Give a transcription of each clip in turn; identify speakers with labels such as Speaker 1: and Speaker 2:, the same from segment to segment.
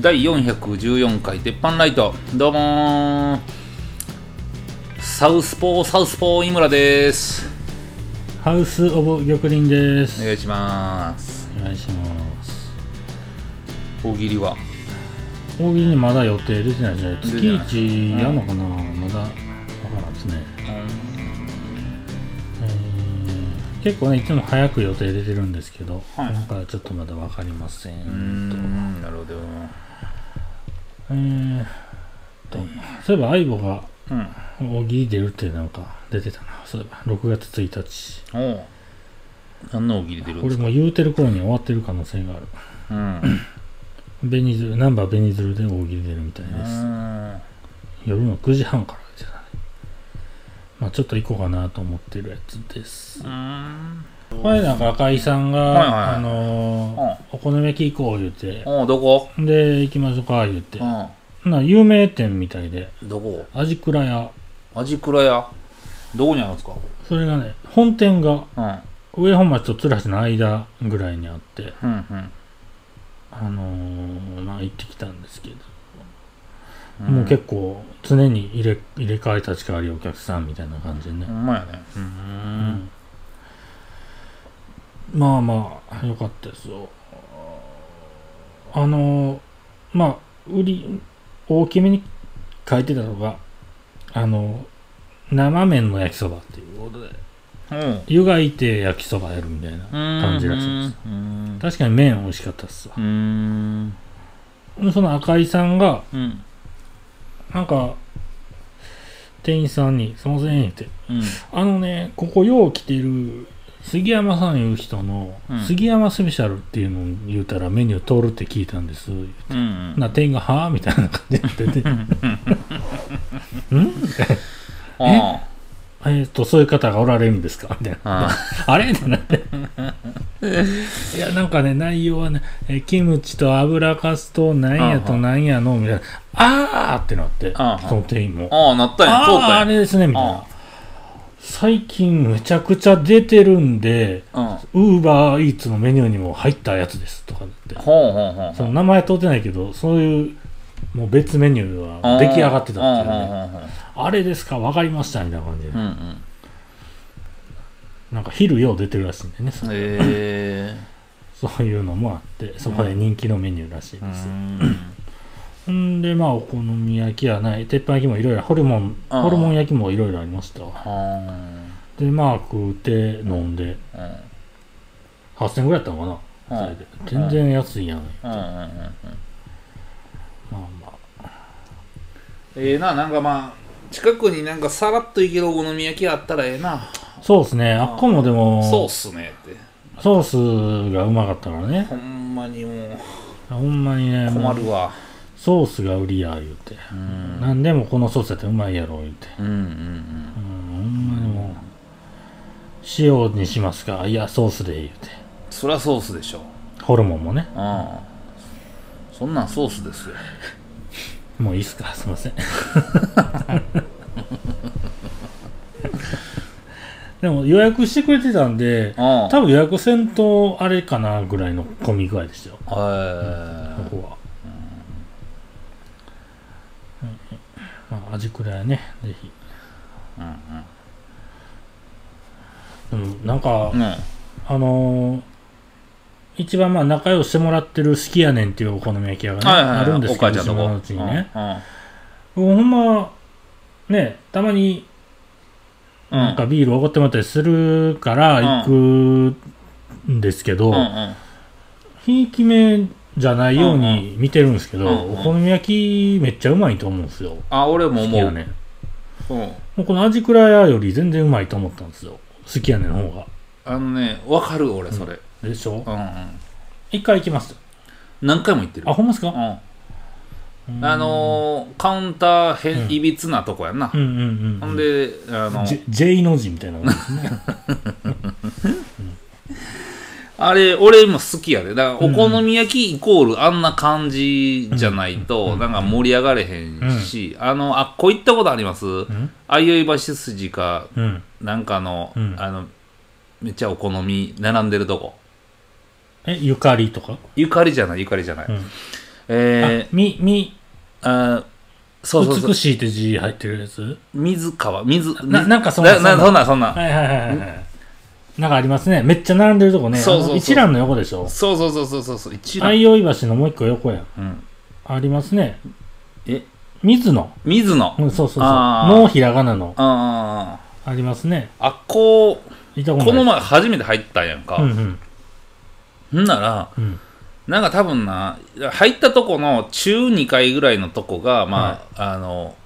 Speaker 1: 第414回鉄板ライトどうもーサウスポーサウスポー井村です
Speaker 2: ハウス・オブ・玉林で
Speaker 1: お
Speaker 2: す。
Speaker 1: 願いします
Speaker 2: お願いします。
Speaker 1: 大喜利は
Speaker 2: 大喜利にまだ予定出てないじゃない
Speaker 1: 出てない
Speaker 2: 月一やるのかな、まだわからんですね、えー結構ね、いつも早く予定出てるんですけど、
Speaker 1: はい
Speaker 2: 今回はちょっとまだわかりません。
Speaker 1: うーんなるほど
Speaker 2: えーっと、そういえば、相棒が
Speaker 1: うん
Speaker 2: 大喜利出るってなんか出てたな。そういえば、6月1日。
Speaker 1: おう何の大喜利出るん
Speaker 2: こ
Speaker 1: で
Speaker 2: れ
Speaker 1: すか
Speaker 2: もう言うてる頃に終わってる可能性がある。
Speaker 1: うん
Speaker 2: ベニズル、ナンバーベニズルで大喜利出るみたいうです。
Speaker 1: ーん
Speaker 2: 夜の9時半からですよねまあちょっと行こうかなと思ってるやつです
Speaker 1: うーん
Speaker 2: 前なんか赤井さんが、
Speaker 1: はいはいはい
Speaker 2: あのーお好み焼き行こう言うて
Speaker 1: おうどこ
Speaker 2: で行きましょうか言うて
Speaker 1: う
Speaker 2: な有名店みたいで
Speaker 1: んどこ
Speaker 2: 味倉屋
Speaker 1: 味倉屋どこにあるんですか
Speaker 2: それがね本店が
Speaker 1: うん
Speaker 2: 上本町と鶴橋の間ぐらいにあって
Speaker 1: うんうん
Speaker 2: あのーまあ行ってきたんですけど、
Speaker 1: うん
Speaker 2: もう結構常に入れ入れ替え立ち替わりお客さんみたいな感じでね
Speaker 1: ほ、んまやねうーん
Speaker 2: まあまあ良かったですよあのまあ売り大きめに書いてたのがあの生麺の焼きそばっていうことで
Speaker 1: うん
Speaker 2: 湯がいて焼きそばやるみたいな感じらしいです
Speaker 1: うーん
Speaker 2: 確かに麺美味しかったっすわ
Speaker 1: うーん
Speaker 2: でその赤井さんが
Speaker 1: うん
Speaker 2: なんか店員さんに「すいません」言って
Speaker 1: うん
Speaker 2: 「あのねここよう来てる杉山さんいう人の
Speaker 1: うん
Speaker 2: 杉山スペシャルっていうのを言うたらメニュー通るって聞いたんです」
Speaker 1: うんうん
Speaker 2: な店員が「はあ?」みたいな感じで出てん
Speaker 1: あ
Speaker 2: えっとそういう方がおられるんですかみたいな
Speaker 1: あ
Speaker 2: 「あれ?」ってな っていやなんかね内容はねえキムチと油かすとなんやとなんやのみたいな「あー!」ってなって
Speaker 1: あは
Speaker 2: その店員も「あ
Speaker 1: ああなったんや通っ
Speaker 2: あー
Speaker 1: た
Speaker 2: あ
Speaker 1: んや
Speaker 2: れですね」みたい
Speaker 1: あ
Speaker 2: な最近めちゃくちゃ出てるんで
Speaker 1: うん
Speaker 2: ウーバーイーツのメニューにも入ったやつですとかって
Speaker 1: ほうほうほう
Speaker 2: その名前通ってないけどそういうもう別メニューは出来上がってたっていうね
Speaker 1: ね
Speaker 2: あれですか、わかりましたみたいな感じで
Speaker 1: うんう、ん
Speaker 2: なんか昼よう出てるらしいんでね、そ
Speaker 1: へ
Speaker 2: そういうのもあって、そこで人気のメニューらしい
Speaker 1: えう
Speaker 2: です。
Speaker 1: ん
Speaker 2: んで、まあ、お好み焼きやない、鉄板焼きもいろいろ、ホルモン、
Speaker 1: ああ
Speaker 2: ホルモン焼きもいろいろありましたわ。
Speaker 1: は
Speaker 2: で、まあ、食うて、飲んで、
Speaker 1: あうん
Speaker 2: 8000円ぐらいやったのかな、
Speaker 1: あ
Speaker 2: それで全然安いやん。
Speaker 1: うんうんうんうん
Speaker 2: まあまあ。
Speaker 1: ええななんかまあ近くになんかさらっといけるお好み焼きあったらええな
Speaker 2: そうですね、あっこもでも、
Speaker 1: そうっすねって
Speaker 2: ソースがうまかったからね、
Speaker 1: ほんまにもう
Speaker 2: ほんまにね、
Speaker 1: 困
Speaker 2: もう
Speaker 1: るわ
Speaker 2: ソースが売りや、言うて。
Speaker 1: うん
Speaker 2: なんでもこのソースやってうまいやろ、言うて。
Speaker 1: うんうん
Speaker 2: うん、ほんまにもう、塩にしますかいや、ソースで言うて。
Speaker 1: そりゃソースでしょ
Speaker 2: ホルモンもね。
Speaker 1: ああそんなんソースですよ
Speaker 2: もういいっすかすい ません。でも予約してくれてたんで、
Speaker 1: あ
Speaker 2: 多分予約せんとあれかなぐらいの混み具合でしたよ、
Speaker 1: あは
Speaker 2: ここは。うんまあ、味くらいね、ぜひ。
Speaker 1: いうん
Speaker 2: うん、なんか、
Speaker 1: うんね
Speaker 2: あのー一番まあ仲良くしてもらってる好きやねんっていうお好み焼き屋が、ねあるんです
Speaker 1: お
Speaker 2: け
Speaker 1: 母
Speaker 2: ど、
Speaker 1: ちゃんとこ
Speaker 2: 島のうちにね。
Speaker 1: うんうん
Speaker 2: もうほんま、ね、たまに
Speaker 1: うん
Speaker 2: なんかビールおごってもらったりするから行くんですけ
Speaker 1: う
Speaker 2: ど、
Speaker 1: んうん
Speaker 2: ひいき目じゃないように見てるんですけど、
Speaker 1: うんうん
Speaker 2: お好み焼きめっちゃうまいと思うんですよ。
Speaker 1: あ俺も
Speaker 2: 好
Speaker 1: 思
Speaker 2: きや
Speaker 1: う
Speaker 2: ねん。
Speaker 1: うん
Speaker 2: もうこの味倉屋より全然うまいと思ったんですよ。好きやねんの方が。
Speaker 1: あのねわかる俺それ
Speaker 2: でしょ
Speaker 1: うんうん
Speaker 2: 一回行きます。
Speaker 1: 何回も言ってる
Speaker 2: あ、ほんまです
Speaker 1: う
Speaker 2: か
Speaker 1: んあのーカウンターへんいびつなとこやな
Speaker 2: うんうんうんうん。
Speaker 1: ほんであの
Speaker 2: J, J の字みたいなのですね
Speaker 1: あれ、俺も好きやで。だから、お好み焼きイコールあんな感じじゃないと、なんか盛り上がれへんし、あの、あっこ行ったことあります
Speaker 2: ん
Speaker 1: あいおい橋筋か、
Speaker 2: うん
Speaker 1: なんかの
Speaker 2: うん、
Speaker 1: あの、めっちゃお好み並んでるとこ。
Speaker 2: えゆかりとか
Speaker 1: ゆかりじゃない、ゆかりじゃない。
Speaker 2: うん
Speaker 1: え
Speaker 2: み、み、
Speaker 1: ー、あーそうそうそう
Speaker 2: 美。しいって字入ってるやつ
Speaker 1: 水川、水、
Speaker 2: な
Speaker 1: 水
Speaker 2: なんかそんな
Speaker 1: な
Speaker 2: そ
Speaker 1: そんな、そんな。
Speaker 2: はいはいはいはい。なんかありますね。めっちゃ並んでるとこね。
Speaker 1: そうそうそう
Speaker 2: あの一蘭の横でしょ。
Speaker 1: そうそうそうそうそうそう、一覧。
Speaker 2: 相生橋のもう一個横や。
Speaker 1: うん、
Speaker 2: ありますね。
Speaker 1: え
Speaker 2: 水野。
Speaker 1: 水野。
Speaker 2: う
Speaker 1: あ
Speaker 2: ん、そうそうそう。
Speaker 1: あー
Speaker 2: のひらがなの。
Speaker 1: あー、
Speaker 2: ありますね。
Speaker 1: あっこう、
Speaker 2: いたことない。
Speaker 1: この前初めて入ったんやんか。
Speaker 2: うんうん。
Speaker 1: んなら、
Speaker 2: うん
Speaker 1: なんか多分な、入ったとこの中2階ぐらいのとこが、まあ、あの、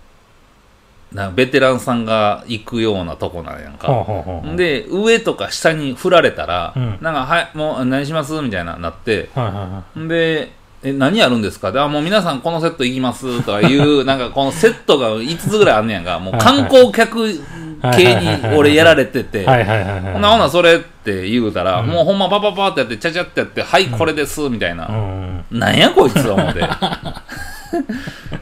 Speaker 1: なベテランさんが行くようなとこなんやん
Speaker 2: ほう
Speaker 1: か。
Speaker 2: ほうほうほう。
Speaker 1: で、上とか下に振られたら、
Speaker 2: うん
Speaker 1: なんか、はい、もう何しますみたいな、なって、
Speaker 2: はいはいは
Speaker 1: で、え、何やるんですかで、あ、もう皆さんこのセット行きますとか いう、なんかこのセットが5つぐらいあんねやんか、もう観光客系に俺やられてて
Speaker 2: い。、はいはいはいはい。
Speaker 1: ほなほなそれって言うたら、
Speaker 2: うん
Speaker 1: もうほんまパパパってやって、ちゃちゃってやって、はい、これです、みたいな。
Speaker 2: うんうん。
Speaker 1: なんやこいつ、思 って。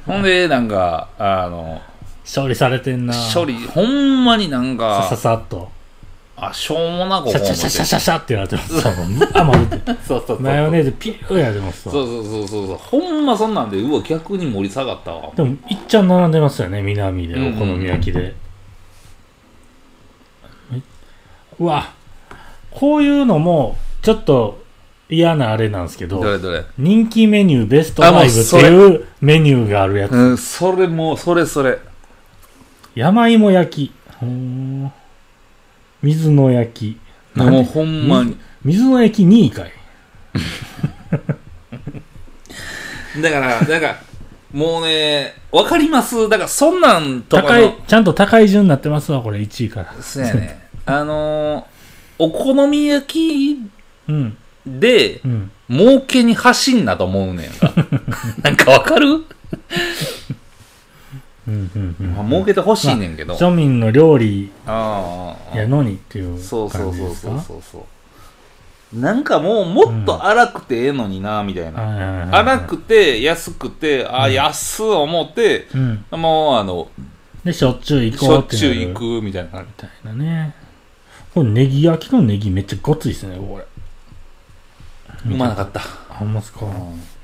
Speaker 1: ほんで、なんか、あの、
Speaker 2: 処理されてんな。
Speaker 1: 処。理、ほんまになん
Speaker 2: ささ
Speaker 1: か、
Speaker 2: さっと。
Speaker 1: あ、しょうもなこ
Speaker 2: シャシャシャシャシャシャってやられてます。多分あ、まるで。
Speaker 1: そうそうそう。
Speaker 2: マヨネーズピューやってますわ。
Speaker 1: そうそうそうそうそう。ほんまそんなんで、うわ、逆に盛り下がったわ。
Speaker 2: でも、いっちゃん並んでますよね、南で、
Speaker 1: う
Speaker 2: お
Speaker 1: ん
Speaker 2: 好み焼きで。うわ、こういうのも、ちょっと嫌なあれなんですけ
Speaker 1: ど
Speaker 2: ど、
Speaker 1: れどれ。
Speaker 2: 人気メニューベスト
Speaker 1: あもう
Speaker 2: 5っていうメニューがあるやつ。
Speaker 1: うん、それもう、それそれ。
Speaker 2: 山芋焼き。ほー水の焼き。なん
Speaker 1: もう
Speaker 2: で
Speaker 1: ほんまに。
Speaker 2: 水の焼き2位かい。
Speaker 1: だから、だから、もうね、わかります。だから、そんなんとか
Speaker 2: 高
Speaker 1: の
Speaker 2: い、ちゃんと高い順になってますわ、これ1位から。
Speaker 1: そうやね。 あのーお好み焼き
Speaker 2: うん、
Speaker 1: で、
Speaker 2: うん。
Speaker 1: 儲けに走んなと思うねん か。なんかわかる
Speaker 2: うん、うん、うん。
Speaker 1: まあ儲けてほしいねんけど。あ
Speaker 2: 庶民の料理
Speaker 1: あああ
Speaker 2: やのにっていう
Speaker 1: そうそ
Speaker 2: 感
Speaker 1: う
Speaker 2: じ
Speaker 1: そう
Speaker 2: ですか
Speaker 1: そうそうそう。なんかもう、もっと荒くてええのにな、みたいな。荒
Speaker 2: 荒
Speaker 1: くて、安くて、ああ、
Speaker 2: うん
Speaker 1: 安思って、
Speaker 2: うん
Speaker 1: もう、あの、
Speaker 2: でしょっちゅう行
Speaker 1: し
Speaker 2: こ
Speaker 1: ょ
Speaker 2: うっ
Speaker 1: ってちゅう行
Speaker 2: み
Speaker 1: く、みたいな。
Speaker 2: たいなねこれネギ焼きのネギめっちゃごついですねこれ
Speaker 1: うまなかった。
Speaker 2: あほんますかう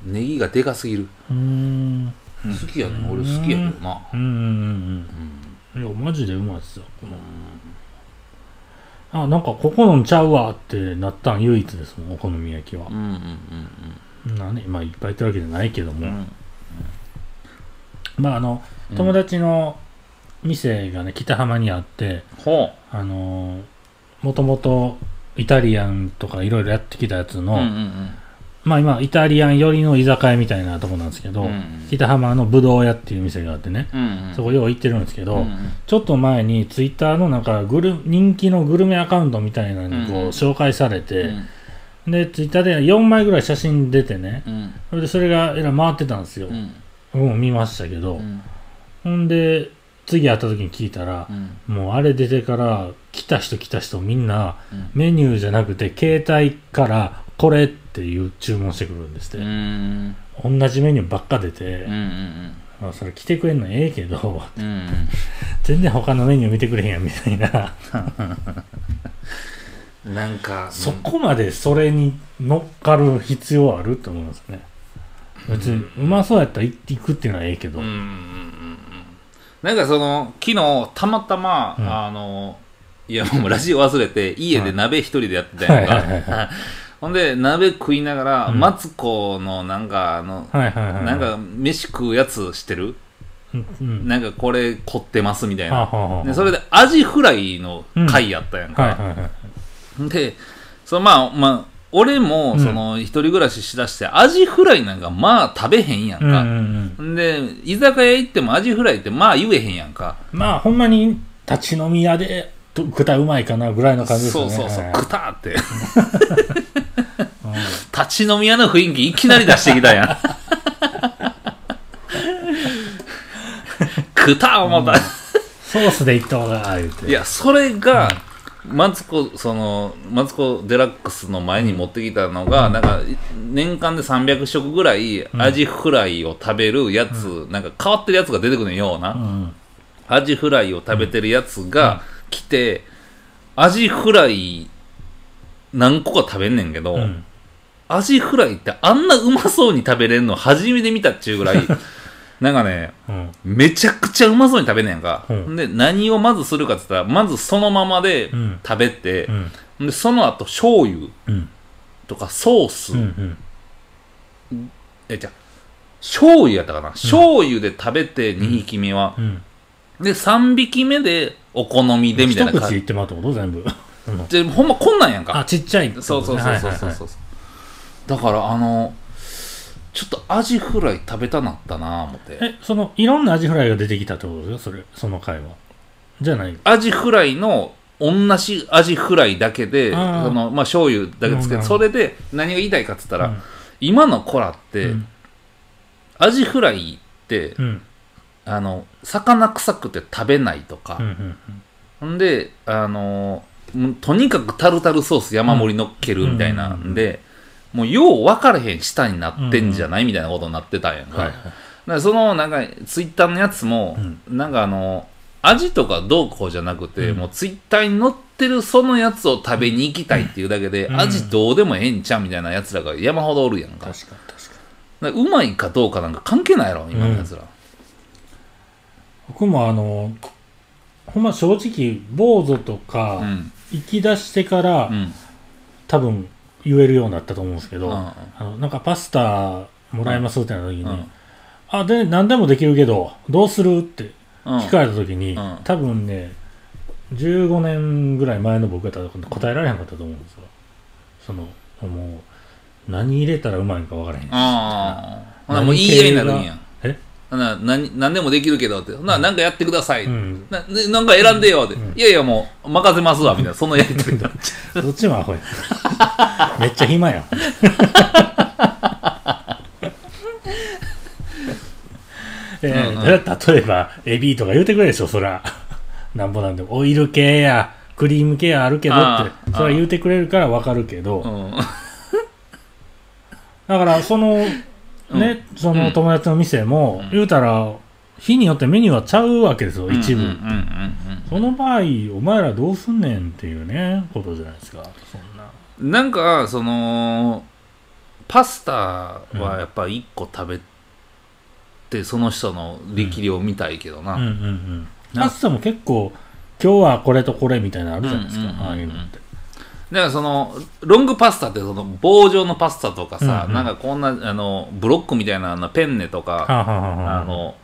Speaker 1: ネギがでかすぎる。
Speaker 2: ーん
Speaker 1: 好きやね俺好きやけどな。
Speaker 2: うんうんうんいやマジでうまいっすよこのあなんかここのんちゃうわってなったん唯一ですもんお好み焼きは
Speaker 1: うんうん
Speaker 2: なんでまあいっぱい行ってるわけじゃないけど
Speaker 1: うんう
Speaker 2: も、
Speaker 1: ん。うん
Speaker 2: まああの友達の店がね北浜にあって、
Speaker 1: ほ
Speaker 2: あのもともとイタリアンとかいろいろやってきたやつ
Speaker 1: う。
Speaker 2: の、
Speaker 1: うんうん
Speaker 2: まあ今イタリアン寄りの居酒屋みたいなとこなんですけど、
Speaker 1: うんうん
Speaker 2: 北浜のぶどう屋っていう店があってね、
Speaker 1: うん。うん
Speaker 2: そこよう行ってるんですけど、
Speaker 1: うんうん
Speaker 2: ちょっと前にツイッターのなんかグル人気のグルメアカウントみたいなのにこう
Speaker 1: うん
Speaker 2: 紹介され
Speaker 1: う
Speaker 2: て、
Speaker 1: ん
Speaker 2: でツイッターで4枚ぐらい写真出てね
Speaker 1: うん
Speaker 2: それでそれがえらい回ってたんですよ
Speaker 1: う、ん
Speaker 2: 僕も見ましたけど、
Speaker 1: うん
Speaker 2: ほんで次会った時に聞いたら
Speaker 1: う、ん
Speaker 2: もうあれ出てから来た人来た人みんな
Speaker 1: うん
Speaker 2: メニューじゃなくて携帯からこれっていう注文してくるんです
Speaker 1: う
Speaker 2: って、
Speaker 1: ん
Speaker 2: 同じメニューばっか出
Speaker 1: うんう
Speaker 2: て、
Speaker 1: ん
Speaker 2: あそれ来てくれんのええけど
Speaker 1: うん
Speaker 2: 全然他のメニュー見てくれへんやんみたいな
Speaker 1: うんなんか
Speaker 2: そこまでそれに乗っかる必要あると思いますね別にうまそうやったら行行くっていうのはええけど、
Speaker 1: うんうんうんうんなんかその昨日たまたま、
Speaker 2: うん
Speaker 1: あのいやもうラジオ忘れて家で鍋一人でやってた
Speaker 2: は
Speaker 1: や
Speaker 2: い
Speaker 1: ん
Speaker 2: はいはい
Speaker 1: か
Speaker 2: はい
Speaker 1: ほんで鍋食いながら、
Speaker 2: うん
Speaker 1: マツコのなんかあの、
Speaker 2: はいはいはい
Speaker 1: なんか飯食うやつ知ってる、
Speaker 2: うんうん
Speaker 1: なんかこれ凝ってますみたいな
Speaker 2: はあはあはあ
Speaker 1: でそれでアジフライの回やったやん
Speaker 2: はい
Speaker 1: か、
Speaker 2: はいはい
Speaker 1: でそのまあまあ俺も
Speaker 2: うん
Speaker 1: その一人暮らししだしてアジフライなんかまあ食べへんやん
Speaker 2: うんうんう
Speaker 1: か、
Speaker 2: ん
Speaker 1: で居酒屋行ってもアジフライってまあ言えへんやんか
Speaker 2: まあほんまに立ち飲み屋でと食ったらうまいかなぐらいの感じです
Speaker 1: そ
Speaker 2: よ
Speaker 1: う
Speaker 2: ね
Speaker 1: そうそう、
Speaker 2: はい
Speaker 1: くたーって 立ち飲み屋の雰囲気いきなり出してきたやん くたー思った、
Speaker 2: ソースでいった方が言うて
Speaker 1: いや、それが、マツコ、その、マツコデラックスの前に持ってきたのが、なんか、年間で300食ぐらい、アジフライを食べるやつ、なんか変わってるやつが出てくるような、
Speaker 2: うん
Speaker 1: アジフライを食べてるやつが来て、アジフライ何個か食べんねんけど、
Speaker 2: うん
Speaker 1: アジフライってあんなうまそうに食べれるの初めて見たっちゅうぐ らいなんかね
Speaker 2: うん。
Speaker 1: めちゃくちゃうまそうに食べんねやんか、
Speaker 2: うん
Speaker 1: で何をまずするかって言ったらまずそのままで
Speaker 2: うん
Speaker 1: 食べて
Speaker 2: う、ん。
Speaker 1: でその後醤油
Speaker 2: うん。
Speaker 1: とかソース、
Speaker 2: うん。
Speaker 1: えじゃあ醤油やったかな、醤油で食べて2匹目は、
Speaker 2: うん。
Speaker 1: で3匹目でお好みでみたいな
Speaker 2: 一
Speaker 1: 感
Speaker 2: 口で
Speaker 1: じ
Speaker 2: 言ってもらうってこと全部。うん
Speaker 1: でほんまこんなんやんか
Speaker 2: あ、ちっちゃいってこ
Speaker 1: そうそ
Speaker 2: と
Speaker 1: う
Speaker 2: ね。
Speaker 1: そうそうそうそう、
Speaker 2: はいはいはい
Speaker 1: だからあのちょっとアジフライ食べたなったなぁ思って
Speaker 2: え、その、いろんなアジフライが出てきたってことですよ、それ、その回は。じゃない。
Speaker 1: アジフライの同じアジフライだけでそ
Speaker 2: あー
Speaker 1: の、まあ、醤油だけつけ
Speaker 2: うん
Speaker 1: てそれで何が言いたいかっつったら、
Speaker 2: うん
Speaker 1: 今の子らって、
Speaker 2: うん
Speaker 1: アジフライって
Speaker 2: うん。
Speaker 1: あの魚臭くて食べないとか
Speaker 2: うん。う、ん。
Speaker 1: ほんで、あのーもうとにかくタルタルソース山盛り乗っけるみたいなんで、もうよう分からへん舌になってんじゃない、みたいなことになってたんやんか。
Speaker 2: はい
Speaker 1: だからその、なんか、ツイッターのやつも、なんかあの、味とかどうこうじゃなくて、
Speaker 2: うん
Speaker 1: もうツイッターに載ってるそのやつを食べに行きたいっていうだけで、
Speaker 2: うん
Speaker 1: 味どうでもええんちゃうみたいなやつらが山ほどおるやんか。
Speaker 2: 確かに確かに。
Speaker 1: だからうまいかどうかなんか関係ないやろ、今のやつら。
Speaker 2: 僕もあの、ほんま正直、坊主と
Speaker 1: う
Speaker 2: か、
Speaker 1: ん。
Speaker 2: 行き出してから、
Speaker 1: うん。
Speaker 2: 多分言えるようになったと思うんですけど、
Speaker 1: うん
Speaker 2: あのなんかパスタもらえますみたいな時に、
Speaker 1: うん
Speaker 2: あ、で、何でもできるけど、どうするって
Speaker 1: うん。
Speaker 2: 聞かれた時に、
Speaker 1: うん
Speaker 2: 多分ね、15年ぐらい前の僕やったら答えられへんかったと思うんですよ。その、もう、何入れたらうまいんか分からへんし。
Speaker 1: ああ。ほ
Speaker 2: 何
Speaker 1: なもう言い合いになるんや。
Speaker 2: 系が。
Speaker 1: ほな、何、何でもできるけどって。ほな、なんかやってください。
Speaker 2: えうん。
Speaker 1: な、でなんか選んでよって。いやいや、もう、任せますわ、みたいな。そのやりとり だ。
Speaker 2: どっちもア ホや。めっちゃ暇やん。えー例えば、エビとか言うてくれるでしょ、そら。なんぼなんでも。オイル系や、クリーム系やあるけどっ
Speaker 1: あ
Speaker 2: て、
Speaker 1: ー
Speaker 2: そら言うてくれるからわかるけど、
Speaker 1: うん。
Speaker 2: だから、その、ね、その友達の店も、言うたら、日によってメニューはちゃうわけですよ、一部。
Speaker 1: うんうんうんうん
Speaker 2: その場合、お前らどうすんねんっていうね、ことじゃないですか。そんな。
Speaker 1: うん。なんか、その、パスタはやっぱ一個食べて、その人の力量見たいけど
Speaker 2: うんう
Speaker 1: な。
Speaker 2: んうん、パスタも結構今日はこれとこれみたいなのあるじゃないです
Speaker 1: うんうんうんうん
Speaker 2: かああいうのって
Speaker 1: だからその、ロングパスタってその棒状のパスタとかさ、
Speaker 2: うんうん
Speaker 1: なんかこんな、あの、ブロックみたいなあのペンネとか、
Speaker 2: はあはあはあ
Speaker 1: あの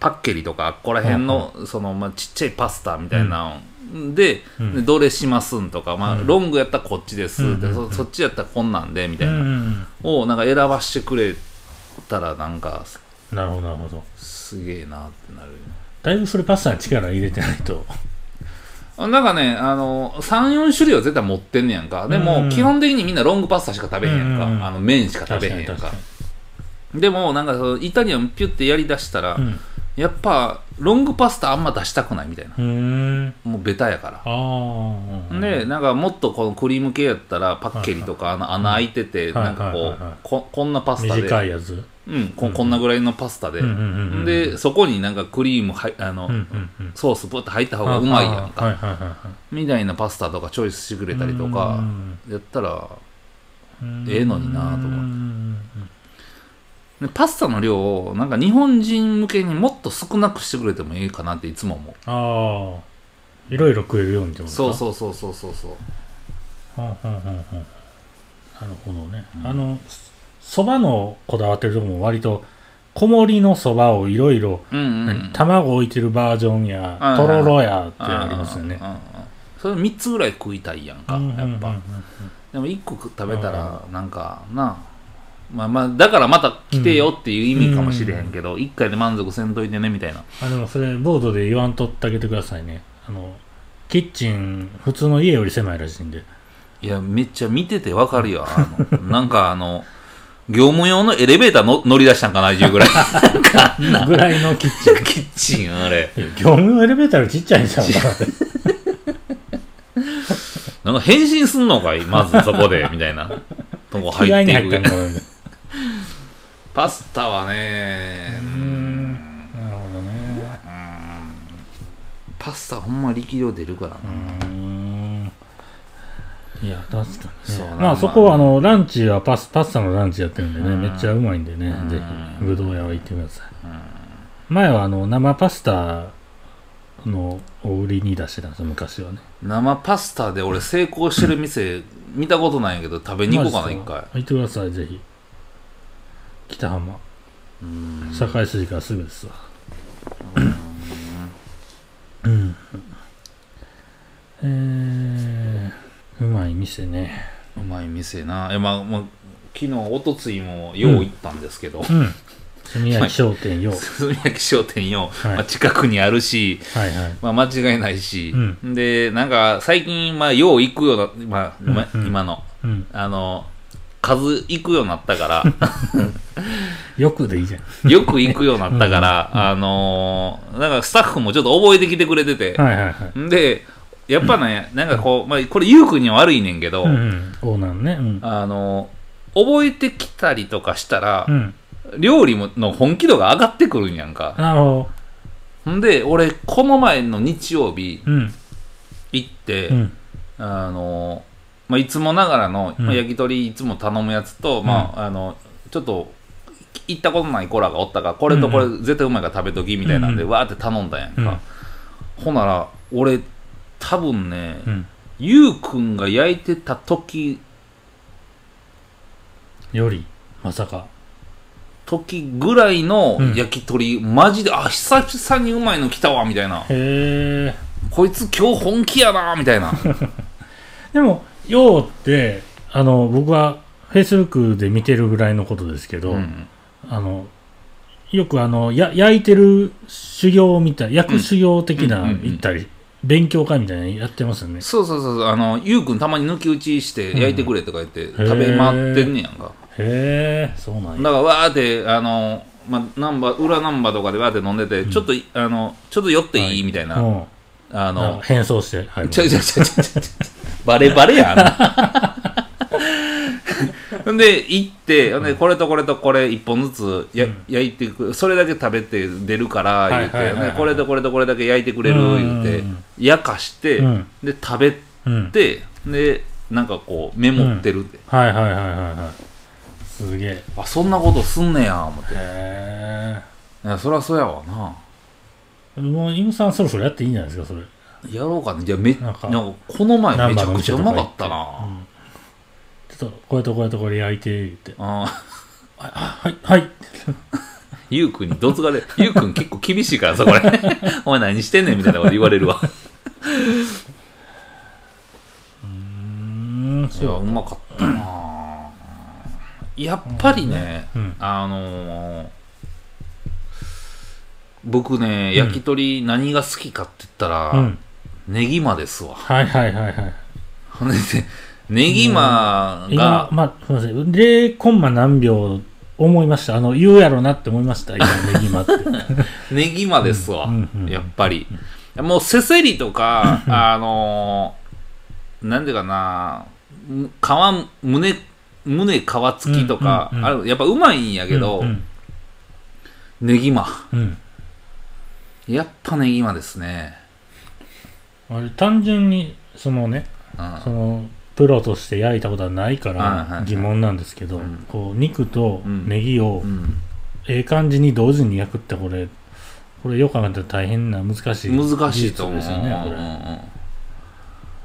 Speaker 1: パッケリとかここら辺の,、そのまあ、ちっちゃいパスタみたいなので、
Speaker 2: うん
Speaker 1: でどれしますんとか、まあ
Speaker 2: うん
Speaker 1: ロングやったらこっちです、
Speaker 2: うん
Speaker 1: でそそっちやったらこんなんでみた
Speaker 2: う
Speaker 1: い
Speaker 2: ん
Speaker 1: な、
Speaker 2: うん
Speaker 1: をなんか選ばしてくれたらなんかす
Speaker 2: うんなるほどなるほど
Speaker 1: すげえなってなるよね
Speaker 2: だいぶそれパスタに力入れてないと
Speaker 1: あなんかね、あの、3、4種類は絶対持ってんねやんか。で
Speaker 2: うん
Speaker 1: も、基本的にみんなロングパスタしか食べへんやんか。
Speaker 2: うんうんうん
Speaker 1: あの、麺しか食べ
Speaker 2: 確
Speaker 1: へ
Speaker 2: か
Speaker 1: ん
Speaker 2: に
Speaker 1: やん
Speaker 2: 確
Speaker 1: か。
Speaker 2: か
Speaker 1: でも、なんかその、イタリアンピュってやりだしたら、
Speaker 2: にうん
Speaker 1: やっぱ、ロングパスタあんま出したくないみたいな。
Speaker 2: うーん
Speaker 1: もうベタやから。
Speaker 2: ああ
Speaker 1: でなんかもっとこのクリーム系やったらパッケリとかあの穴開いてて
Speaker 2: はい
Speaker 1: なんか
Speaker 2: は
Speaker 1: こ
Speaker 2: いはいはいう
Speaker 1: ここんなパスタ
Speaker 2: 短
Speaker 1: で
Speaker 2: いやつ
Speaker 1: うんここんなぐらいのパスタで
Speaker 2: うんうんうんうん
Speaker 1: でそこになんかクリームはいあの
Speaker 2: うんうんうん
Speaker 1: ソースぶって入った方がうまいやん
Speaker 2: ああは
Speaker 1: か
Speaker 2: いはいはいは
Speaker 1: みたいなパスタとかチョイスしてくれ
Speaker 2: い
Speaker 1: たりと
Speaker 2: う
Speaker 1: か
Speaker 2: ん
Speaker 1: やったら
Speaker 2: うん
Speaker 1: ええのになと思って
Speaker 2: うん
Speaker 1: でパスタの量をなんか日本人向けにもっと少なくしてくれてもいいかなっていつも思う
Speaker 2: ああいろいろ食えるようにってこと
Speaker 1: そう
Speaker 2: う
Speaker 1: そうそうそうそうそう
Speaker 2: ほんほんほんほんなるほどね、あのそばのこだわってるとこも割と小盛りのそばをいろいろ
Speaker 1: うんうんうん
Speaker 2: 卵置いてるバージョンや、
Speaker 1: はいはい
Speaker 2: とろろやってありますよね
Speaker 1: うん。うんうんそれ3つぐらい食いたいやんかやっぱでも1個食べたらなんかなまあまあだからまた来てよっていう意味かもしれへんけど、一1回で満足せんといてねみたいな
Speaker 2: あでもそれボードで言わんとってあげてくださいねあのキッチン普通の家より狭いらしいんで
Speaker 1: いやめっちゃ見ててわかるよあの なんかあの業務用のエレベーターの乗り出したんかないうぐらい
Speaker 2: ぐらいのキッチン
Speaker 1: キッチンあれ
Speaker 2: いや業務用エレベーターよりちっちゃいんちゃうかなって
Speaker 1: なんか変身すんのかいまずそこ でみたいなとこ入
Speaker 2: 意
Speaker 1: っ
Speaker 2: 外に
Speaker 1: て
Speaker 2: 入
Speaker 1: い
Speaker 2: っ
Speaker 1: く
Speaker 2: たんかな
Speaker 1: パスタはね
Speaker 2: うーんなるほどね
Speaker 1: パスタほんま力量出るからな
Speaker 2: うーんいや、確かに、
Speaker 1: そう
Speaker 2: ね
Speaker 1: な。
Speaker 2: まあ、そこは、あの、ランチはパス、パスタのランチやってるんでね、
Speaker 1: うん
Speaker 2: めっちゃうまいんでね
Speaker 1: う、ん
Speaker 2: ぜひ、ぶどう屋は行ってください。前は、あの、生パスタの、を売りに出してたんですよ、昔はね。
Speaker 1: 生パスタで俺成功してる店見たことないんやけど食べに行こうかな
Speaker 2: マジ
Speaker 1: 一
Speaker 2: っす
Speaker 1: 回
Speaker 2: 行ってください、ぜひ。北浜。
Speaker 1: うん
Speaker 2: 堺筋からすぐですわ。うん。えー、うまい店ね。
Speaker 1: うまい店なえ、まあまあ、昨日おとついもよう行ったんですけど、
Speaker 2: うん。炭焼き商店よ。
Speaker 1: 鈴宮焼商店よ、
Speaker 2: はい
Speaker 1: まあ、近くにあるし、
Speaker 2: はいはい。
Speaker 1: まあ、間違いないし、
Speaker 2: う
Speaker 1: でなんか最近、まあ、よう行くような、まあま
Speaker 2: うんうん
Speaker 1: 今の
Speaker 2: うん。
Speaker 1: あの数行くようになったから
Speaker 2: よくでいいじゃん。
Speaker 1: よく行くようになったから、あのーなんかスタッフもちょっと覚えてきてくれてて、
Speaker 2: はいはいはい。
Speaker 1: んでやっぱね、なんかこう、まあ、これゆうくんには悪いねんけど、
Speaker 2: うんうん、オーナーのね。うん。
Speaker 1: あの覚えてきたりとかしたら
Speaker 2: う、ん。
Speaker 1: 料理もの本気度が上がってくるんやんか。
Speaker 2: なるほ
Speaker 1: んで、俺、この前の日曜日
Speaker 2: ど。うん。
Speaker 1: 行って、
Speaker 2: うん。
Speaker 1: あの、まあ、いつもながらの、
Speaker 2: うん
Speaker 1: まあ、焼き鳥いつも頼むやつと、まあ、あの、ちょっと、行ったことない子らがおったから、これとこれ
Speaker 2: う
Speaker 1: 絶対うまいから食べときみたいなんで、
Speaker 2: うん
Speaker 1: わーって頼んだんやんか。ほなら、俺、多分ね、
Speaker 2: うん。
Speaker 1: ゆうくんが焼いてた時、
Speaker 2: より、まさか。
Speaker 1: 時ぐらいの
Speaker 2: うん
Speaker 1: 焼き鳥、マジで、あ、久々にうまいの来たわ、みたいな。
Speaker 2: へえ。
Speaker 1: こいつ今日本気やな、みたいな。
Speaker 2: でも、ようって、あの、僕は、Facebook で見てるぐらいのことですけど、
Speaker 1: うん
Speaker 2: あの、よくあの、や、焼いてる修行みたい、焼く修行的
Speaker 1: う
Speaker 2: な、
Speaker 1: んうんうんうん
Speaker 2: 行ったり、勉強会みたいなのやってますよね。
Speaker 1: そうそうそうそうあのゆうくんたまに抜き打ちして焼いてくれとか言って食べ回ってんねやんか、
Speaker 2: へえ、そうなん
Speaker 1: だ
Speaker 2: や。
Speaker 1: からわーってあの、まあ、ナンバー裏ナンバーとかでわーって飲んでて、ちょっとあのちょっと酔っていい、みたいな、
Speaker 2: うん。
Speaker 1: あ
Speaker 2: なん
Speaker 1: の
Speaker 2: か変装して、はい。
Speaker 1: ちゃちゃちゃちゃちゃちゃバレバレやんほんで行ってほんでこれとこれとこれ一本ずつや、焼いていくそれだけ食べて出るから言って、
Speaker 2: はいはいはいはい
Speaker 1: ほんでこれとこれとこれだけ焼いてくれる言って
Speaker 2: うん
Speaker 1: 焼かして、
Speaker 2: うん
Speaker 1: で食べて
Speaker 2: うん。
Speaker 1: ででなんかこうメモってるって、
Speaker 2: はいはいはいはいはい。すげえ。へ
Speaker 1: あそんなことすんねや思ってい
Speaker 2: え。
Speaker 1: やそりゃそうやわな
Speaker 2: もう、イムさんそろそろやっていいんじゃないですか、それ。
Speaker 1: やろうかねじゃめ
Speaker 2: な
Speaker 1: なんん
Speaker 2: か
Speaker 1: かこの前
Speaker 2: ナン
Speaker 1: めち
Speaker 2: バ
Speaker 1: ゃ
Speaker 2: ーの
Speaker 1: くちゃ
Speaker 2: 店と
Speaker 1: う
Speaker 2: か行
Speaker 1: ま
Speaker 2: って
Speaker 1: かったな
Speaker 2: ちょっと、これとこれとこれ焼いて、言って。
Speaker 1: あー
Speaker 2: はい、はい。
Speaker 1: ゆうくんにどつがれゆうくん結構厳しいからさこれ お前何してんねんみたいなこと言われるわ
Speaker 2: うーん、
Speaker 1: いや
Speaker 2: そう
Speaker 1: まかったなやっぱりね、
Speaker 2: うん
Speaker 1: あのー僕ね焼き鳥何が好きかって言ったら、
Speaker 2: う。うん。
Speaker 1: ネギマですわ
Speaker 2: はいはいはいはい。
Speaker 1: ほんでネギマ
Speaker 2: 今、
Speaker 1: が、
Speaker 2: まあ、すみません。0コンマ何秒思いました。あの、言うやろなって思いました。今、ね、今って。
Speaker 1: ネギマですわ、
Speaker 2: うんうんうん
Speaker 1: やっぱり。もう、せせりとか、あのーなんでかな、む皮、胸、胸皮付きとか、
Speaker 2: うんうんうん
Speaker 1: あるやっぱうまいんやけど、
Speaker 2: うん、
Speaker 1: ネギマ。
Speaker 2: うんうん
Speaker 1: やっぱネギマですね。
Speaker 2: あれ、単純に、そのね、
Speaker 1: うん
Speaker 2: その、プロとして焼いたことはないか
Speaker 1: はいはいは
Speaker 2: ら
Speaker 1: い
Speaker 2: 疑問なんですけど、
Speaker 1: うん
Speaker 2: こう、肉と
Speaker 1: うん
Speaker 2: ネギを
Speaker 1: うん
Speaker 2: ええ感じに同時に焼くってこれ、これよく考えたら大変な難しい。
Speaker 1: 難しいと思う。
Speaker 2: ですよね、こ
Speaker 1: うんうん
Speaker 2: れ。
Speaker 1: うん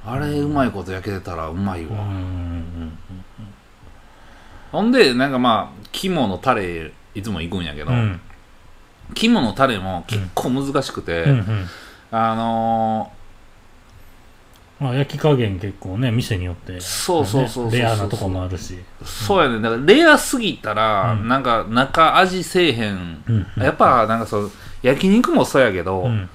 Speaker 1: あれ、うまいこと焼けてたらうまいわ。
Speaker 2: うん。
Speaker 1: ほんで、なんかまあ、肝のタレ、いつも行くんやけど、
Speaker 2: うん。うん。
Speaker 1: 肝のタレも結構難しくて、
Speaker 2: うんうん。
Speaker 1: あの
Speaker 2: まあ、焼き加減結構ね、店によって。
Speaker 1: そうそうそうそうそう
Speaker 2: レアなとこもあるし。
Speaker 1: ーそうやねだからレアすぎたら、
Speaker 2: うん
Speaker 1: なんか中味せえへん、
Speaker 2: うん。
Speaker 1: やっぱなんかそう焼肉もそうやけど、
Speaker 2: うん。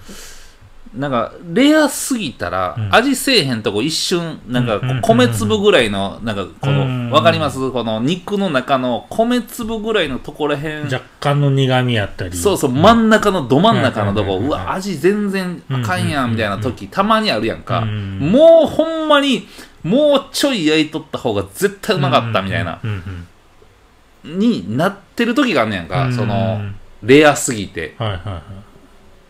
Speaker 1: なんかレアすぎたら、
Speaker 2: うん
Speaker 1: 味せえへんとこ一瞬なんかこ
Speaker 2: うんうんうんうん
Speaker 1: う米粒ぐらいのなんかこの、
Speaker 2: うん
Speaker 1: わかりますこの肉の中の米粒ぐらいのとこらへん
Speaker 2: 若干の苦味やったり。
Speaker 1: そうそう真ん中のど真ん中のとこ、
Speaker 2: うん
Speaker 1: うわ味全然あかんや
Speaker 2: うん
Speaker 1: んみたいな時、たまにあるやんか、
Speaker 2: うん
Speaker 1: もうほんまにもうちょい焼いとった方が絶対うまかったみたいな、
Speaker 2: うんうん
Speaker 1: になってる時があんねやん
Speaker 2: うん
Speaker 1: か、
Speaker 2: うん
Speaker 1: そ
Speaker 2: は
Speaker 1: のレアすぎて
Speaker 2: いはいはい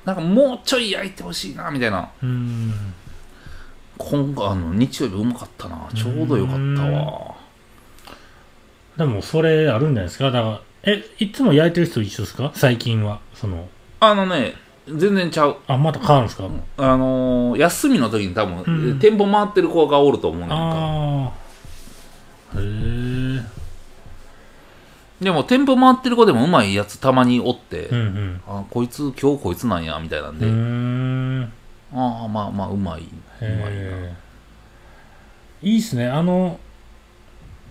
Speaker 1: なんかもうちょい焼いてほしいなみたいな
Speaker 2: うん
Speaker 1: 今回の日曜日うまかったなちょうどよかったわ
Speaker 2: でもそれあるんじゃないですかだからえいつも焼いてる人一緒ですか最近はその
Speaker 1: あのね全然ちゃう
Speaker 2: あまた変わるんですか、
Speaker 1: あのー休みの時に多分、
Speaker 2: うん
Speaker 1: 店舗回ってる子がおると思うねんか
Speaker 2: ああへえ
Speaker 1: でも店舗回ってる子でもうまいやつたまにおって、
Speaker 2: うんうん
Speaker 1: あこいつ今日こいつなんやみたいなん
Speaker 2: う
Speaker 1: で、
Speaker 2: ーんへ
Speaker 1: ああまあまあうまいうまいな
Speaker 2: えいいっすねあの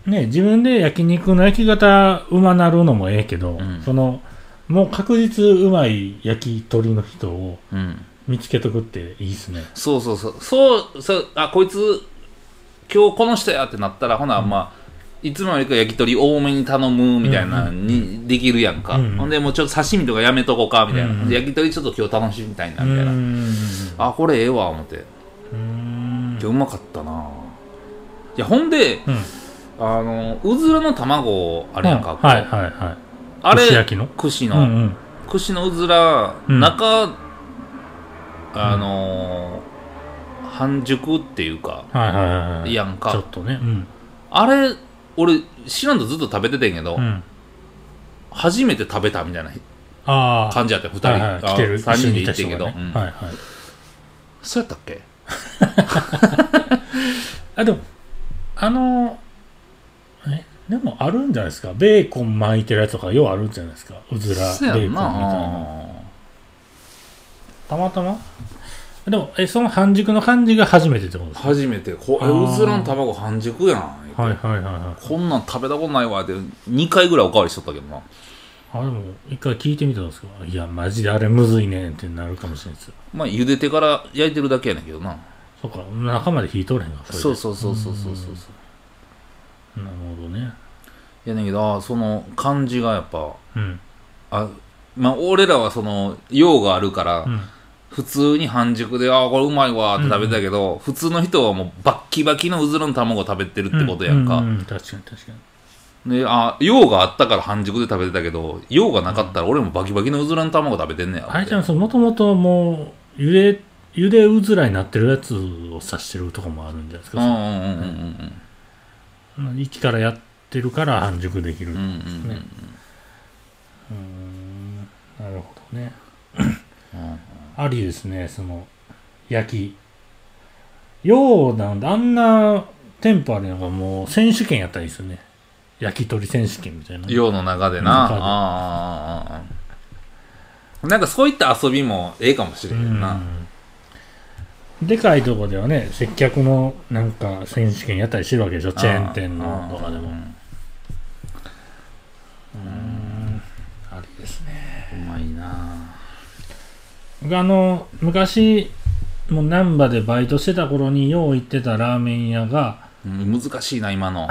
Speaker 2: ね自分で焼肉の焼き方うまなるのもええけ
Speaker 1: う
Speaker 2: ど、
Speaker 1: ん
Speaker 2: そのもう確実うまい焼き鳥の人を
Speaker 1: うん
Speaker 2: 見つけとくっていいっすね
Speaker 1: そうそうそうそうそうあこいつ今日この人やってなったらほな、まあいつもよりか焼き鳥多めに頼むみたいなにできるやんか、
Speaker 2: うんうん
Speaker 1: ほんでもうちょっと刺身とかやめとこうかみたいな、
Speaker 2: うんうん
Speaker 1: 焼き鳥ちょっと今日楽しみたいな
Speaker 2: う
Speaker 1: みたいな、
Speaker 2: ーん
Speaker 1: あこれええわ思って
Speaker 2: うーん
Speaker 1: 今日うまかったな、いやほんで
Speaker 2: うん
Speaker 1: あのうずらの卵あれやんか、
Speaker 2: はいはいはい
Speaker 1: あれ
Speaker 2: 串焼きの
Speaker 1: 串
Speaker 2: う
Speaker 1: の、
Speaker 2: んうん
Speaker 1: 串のうずら、
Speaker 2: うん
Speaker 1: 中あのー半熟っていうか
Speaker 2: はいはいはいはい
Speaker 1: やん
Speaker 2: ちょ
Speaker 1: か
Speaker 2: っとねうん
Speaker 1: あれ俺知らんとずっと食べててんけど、
Speaker 2: うん
Speaker 1: 初めて食べたみたいな
Speaker 2: ああ
Speaker 1: 感じやって2人、
Speaker 2: はいはい来てる
Speaker 1: 3人で行
Speaker 2: 一
Speaker 1: っ
Speaker 2: 緒
Speaker 1: てん
Speaker 2: に
Speaker 1: け
Speaker 2: いた
Speaker 1: ど、
Speaker 2: 人
Speaker 1: う
Speaker 2: が
Speaker 1: ん
Speaker 2: ねはいはい
Speaker 1: そうやったっけ
Speaker 2: あでもあのえでもあるんじゃないですかベーコン巻いてるやつとかようあるんじゃないですかうずら
Speaker 1: そうや
Speaker 2: ベーコン
Speaker 1: ん
Speaker 2: みたいな
Speaker 1: な
Speaker 2: たまたまでもえその半熟の感じが初めてってことですか
Speaker 1: 初めてこえ
Speaker 2: あー
Speaker 1: うずらの卵半熟やん、
Speaker 2: はいはいはいはい
Speaker 1: こんなん食べたことないわって2回ぐらいおかわりしとったけどな
Speaker 2: あでも一回聞いてみたんですけどいやマジであれむずいねんってなるかもしれないですよ
Speaker 1: まあ茹でてから焼いてるだけやねんけどな
Speaker 2: そっか中まで火通れへんから
Speaker 1: そう
Speaker 2: う
Speaker 1: そうそうそうそうそうそう
Speaker 2: なるほどね
Speaker 1: やねんけどあーその感じがやっぱ
Speaker 2: うん
Speaker 1: あまあ俺らはその用があるから、
Speaker 2: うん
Speaker 1: 普通に半熟であーこれうまいわーって食べてたけど、普通の人はもうバッキバキのうずらの卵食べてるってことやんか、
Speaker 2: ううう確かに確かに
Speaker 1: であー用があったから半熟で食べてたけど用がなかったら俺もバキバキのうずらの卵食べてんねや
Speaker 2: あれじゃんもともともうゆでゆでうずらになってるやつを指してるとこもあるんじゃないです
Speaker 1: うんう
Speaker 2: か、
Speaker 1: んうんうんうん
Speaker 2: 一からやってるから半熟できる、
Speaker 1: うんうんうん
Speaker 2: ねうーんなるほどね
Speaker 1: うん
Speaker 2: ありですねその焼きようなんであんな店舗あるのがもう選手権やったらいいですよね焼き鳥選手権みたいな
Speaker 1: 用の中でな
Speaker 2: 中で
Speaker 1: あーあーあーあーなんかそういった遊びもええかもしれへんな、
Speaker 2: うんでかいとこではね接客のなんか選手権やったりしてるわけでしょチェーン店のとかでもうんありですね
Speaker 1: うまいな
Speaker 2: 僕あの昔もう難波でバイトしてた頃によう行ってたラーメン屋が
Speaker 1: うん難しいな今の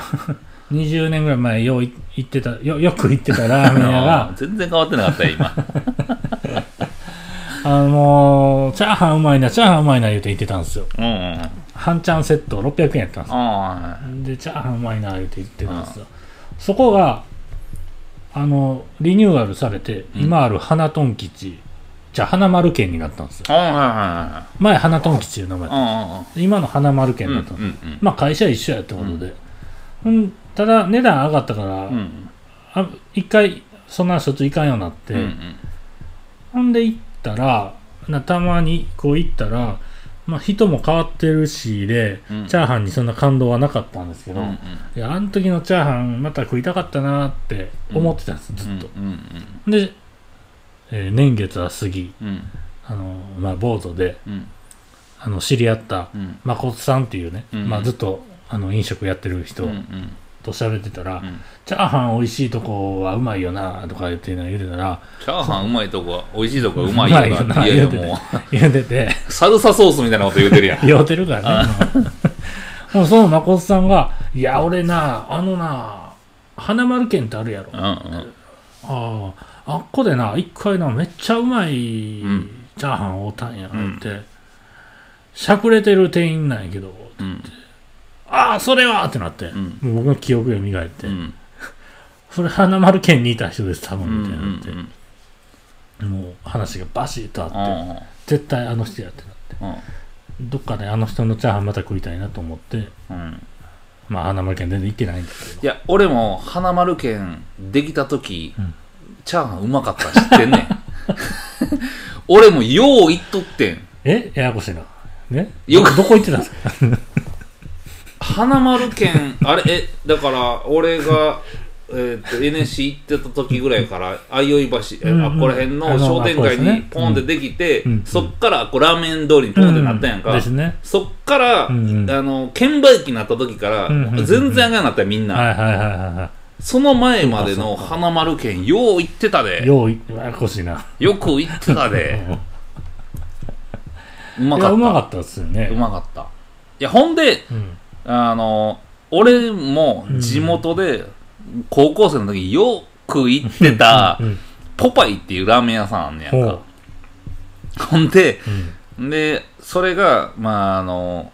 Speaker 2: 20年ぐらい前ようい行ってたよよく行ってたラーメン屋が
Speaker 1: 全然変わってなかったよ今
Speaker 2: あのもうチャーハンうまいなチャーハンうまいな言うて言ってたんですよ
Speaker 1: うんうんうん
Speaker 2: 半チャンセット600円やったんですよ
Speaker 1: あ
Speaker 2: で、チャーハンうまいな、言って言ってたんですよ。そこが、あの、リニューアルされて、
Speaker 1: うん
Speaker 2: 今ある花トン吉、じゃあ花丸県になったんですよ。
Speaker 1: あは
Speaker 2: 前、花トン吉という名前
Speaker 1: いはいはい。は
Speaker 2: 今の花丸
Speaker 1: い
Speaker 2: 県
Speaker 1: うんう
Speaker 2: だ
Speaker 1: ん
Speaker 2: った、
Speaker 1: うんうん
Speaker 2: まあ、会社一緒やってことで。うん、ただ、値段上がったから、
Speaker 1: うんうん
Speaker 2: あ一回、そんなしょっちゅう行かんようになって、
Speaker 1: うんうん
Speaker 2: ほんで行ったら、なたまにこう行ったら、まあ、人も変わってるしで、
Speaker 1: うん
Speaker 2: チャーハンにそんな感動はなかったんですけ
Speaker 1: う
Speaker 2: ど、
Speaker 1: んうん
Speaker 2: いやあの時のチャーハンまた食いたかったなーって思ってたんです、ずっと、
Speaker 1: うん
Speaker 2: で、えー年月は過ぎ
Speaker 1: うんうん
Speaker 2: あのまあボートで
Speaker 1: うん
Speaker 2: あの知り合った
Speaker 1: うんうん
Speaker 2: 誠さんっていうね、
Speaker 1: うん
Speaker 2: まあ、ずっとあの飲食やってる人
Speaker 1: うんうん
Speaker 2: と喋ってたら、
Speaker 1: うん
Speaker 2: チャーハン美味しいとこはうまいよなとか言って言うてたら
Speaker 1: チャーハンうまいとこは美味しいとこはうまいよ
Speaker 2: うま
Speaker 1: ない
Speaker 2: よな
Speaker 1: やいや
Speaker 2: 言うて
Speaker 1: も
Speaker 2: 言うて て
Speaker 1: うサルサソースみたいなこと言うてるやん
Speaker 2: 酔うてるからね。 もうその誠さんが、いや、俺な、あのな、花丸県ってあるやろ。
Speaker 1: うん
Speaker 2: あ
Speaker 1: うん
Speaker 2: あ、あっこでな、一回な、めっちゃうまいチ
Speaker 1: ん
Speaker 2: ャーハンおったんや、
Speaker 1: うん
Speaker 2: って、しゃくれてる店員なんやけど、
Speaker 1: うん
Speaker 2: ああ、それはってなって、
Speaker 1: ん
Speaker 2: もう僕の記憶が磨いて、
Speaker 1: うん
Speaker 2: それ花丸県にいた人です、多分、みたいになって、
Speaker 1: うんうんうん
Speaker 2: もう話がバシッとあって、
Speaker 1: あ
Speaker 2: 絶対あの人やってなって。
Speaker 1: あうん
Speaker 2: どっかであの人のチャーハンまた食いたいなと思って、
Speaker 1: うん、
Speaker 2: まあ、花丸県全然行ってないんだけど。
Speaker 1: いや俺も花丸県できた時、
Speaker 2: うん
Speaker 1: チャーハンうまかったん知ってんねん俺もよう言っとってん
Speaker 2: えややこしいな。ね
Speaker 1: よく
Speaker 2: どこ行ってたんですか
Speaker 1: 花丸県あれえだから俺がえー、と NSC 行ってた時ぐらいから相生橋え
Speaker 2: うんうん
Speaker 1: あっこら辺
Speaker 2: あ
Speaker 1: の
Speaker 2: の
Speaker 1: 商店街
Speaker 2: あそう
Speaker 1: に
Speaker 2: ですね
Speaker 1: ポンってできて、
Speaker 2: うん
Speaker 1: そっからこうラーメン通りにポンってなったやんか、
Speaker 2: うですね。
Speaker 1: そっから、
Speaker 2: うんうん
Speaker 1: あの券売機になった時から、
Speaker 2: うんうんうん
Speaker 1: 全然あかんなったよみんな、
Speaker 2: はいはいはいはいは
Speaker 1: その前までの花丸県よう行ってた
Speaker 2: い。
Speaker 1: で
Speaker 2: ようい、ややこしいな。
Speaker 1: よく行ってた で
Speaker 2: うん
Speaker 1: うま
Speaker 2: い
Speaker 1: かっ
Speaker 2: や
Speaker 1: た
Speaker 2: う
Speaker 1: う
Speaker 2: ま
Speaker 1: ま
Speaker 2: か
Speaker 1: かっ
Speaker 2: ったですよね
Speaker 1: た。いやほんで
Speaker 2: うん。
Speaker 1: あの俺も地元で高校生の時よく行ってた
Speaker 2: うん。
Speaker 1: ポパイっていうラーメン屋さんあんねや
Speaker 2: ほ
Speaker 1: ん
Speaker 2: う
Speaker 1: か。ほんで
Speaker 2: うん。
Speaker 1: でそれがまああの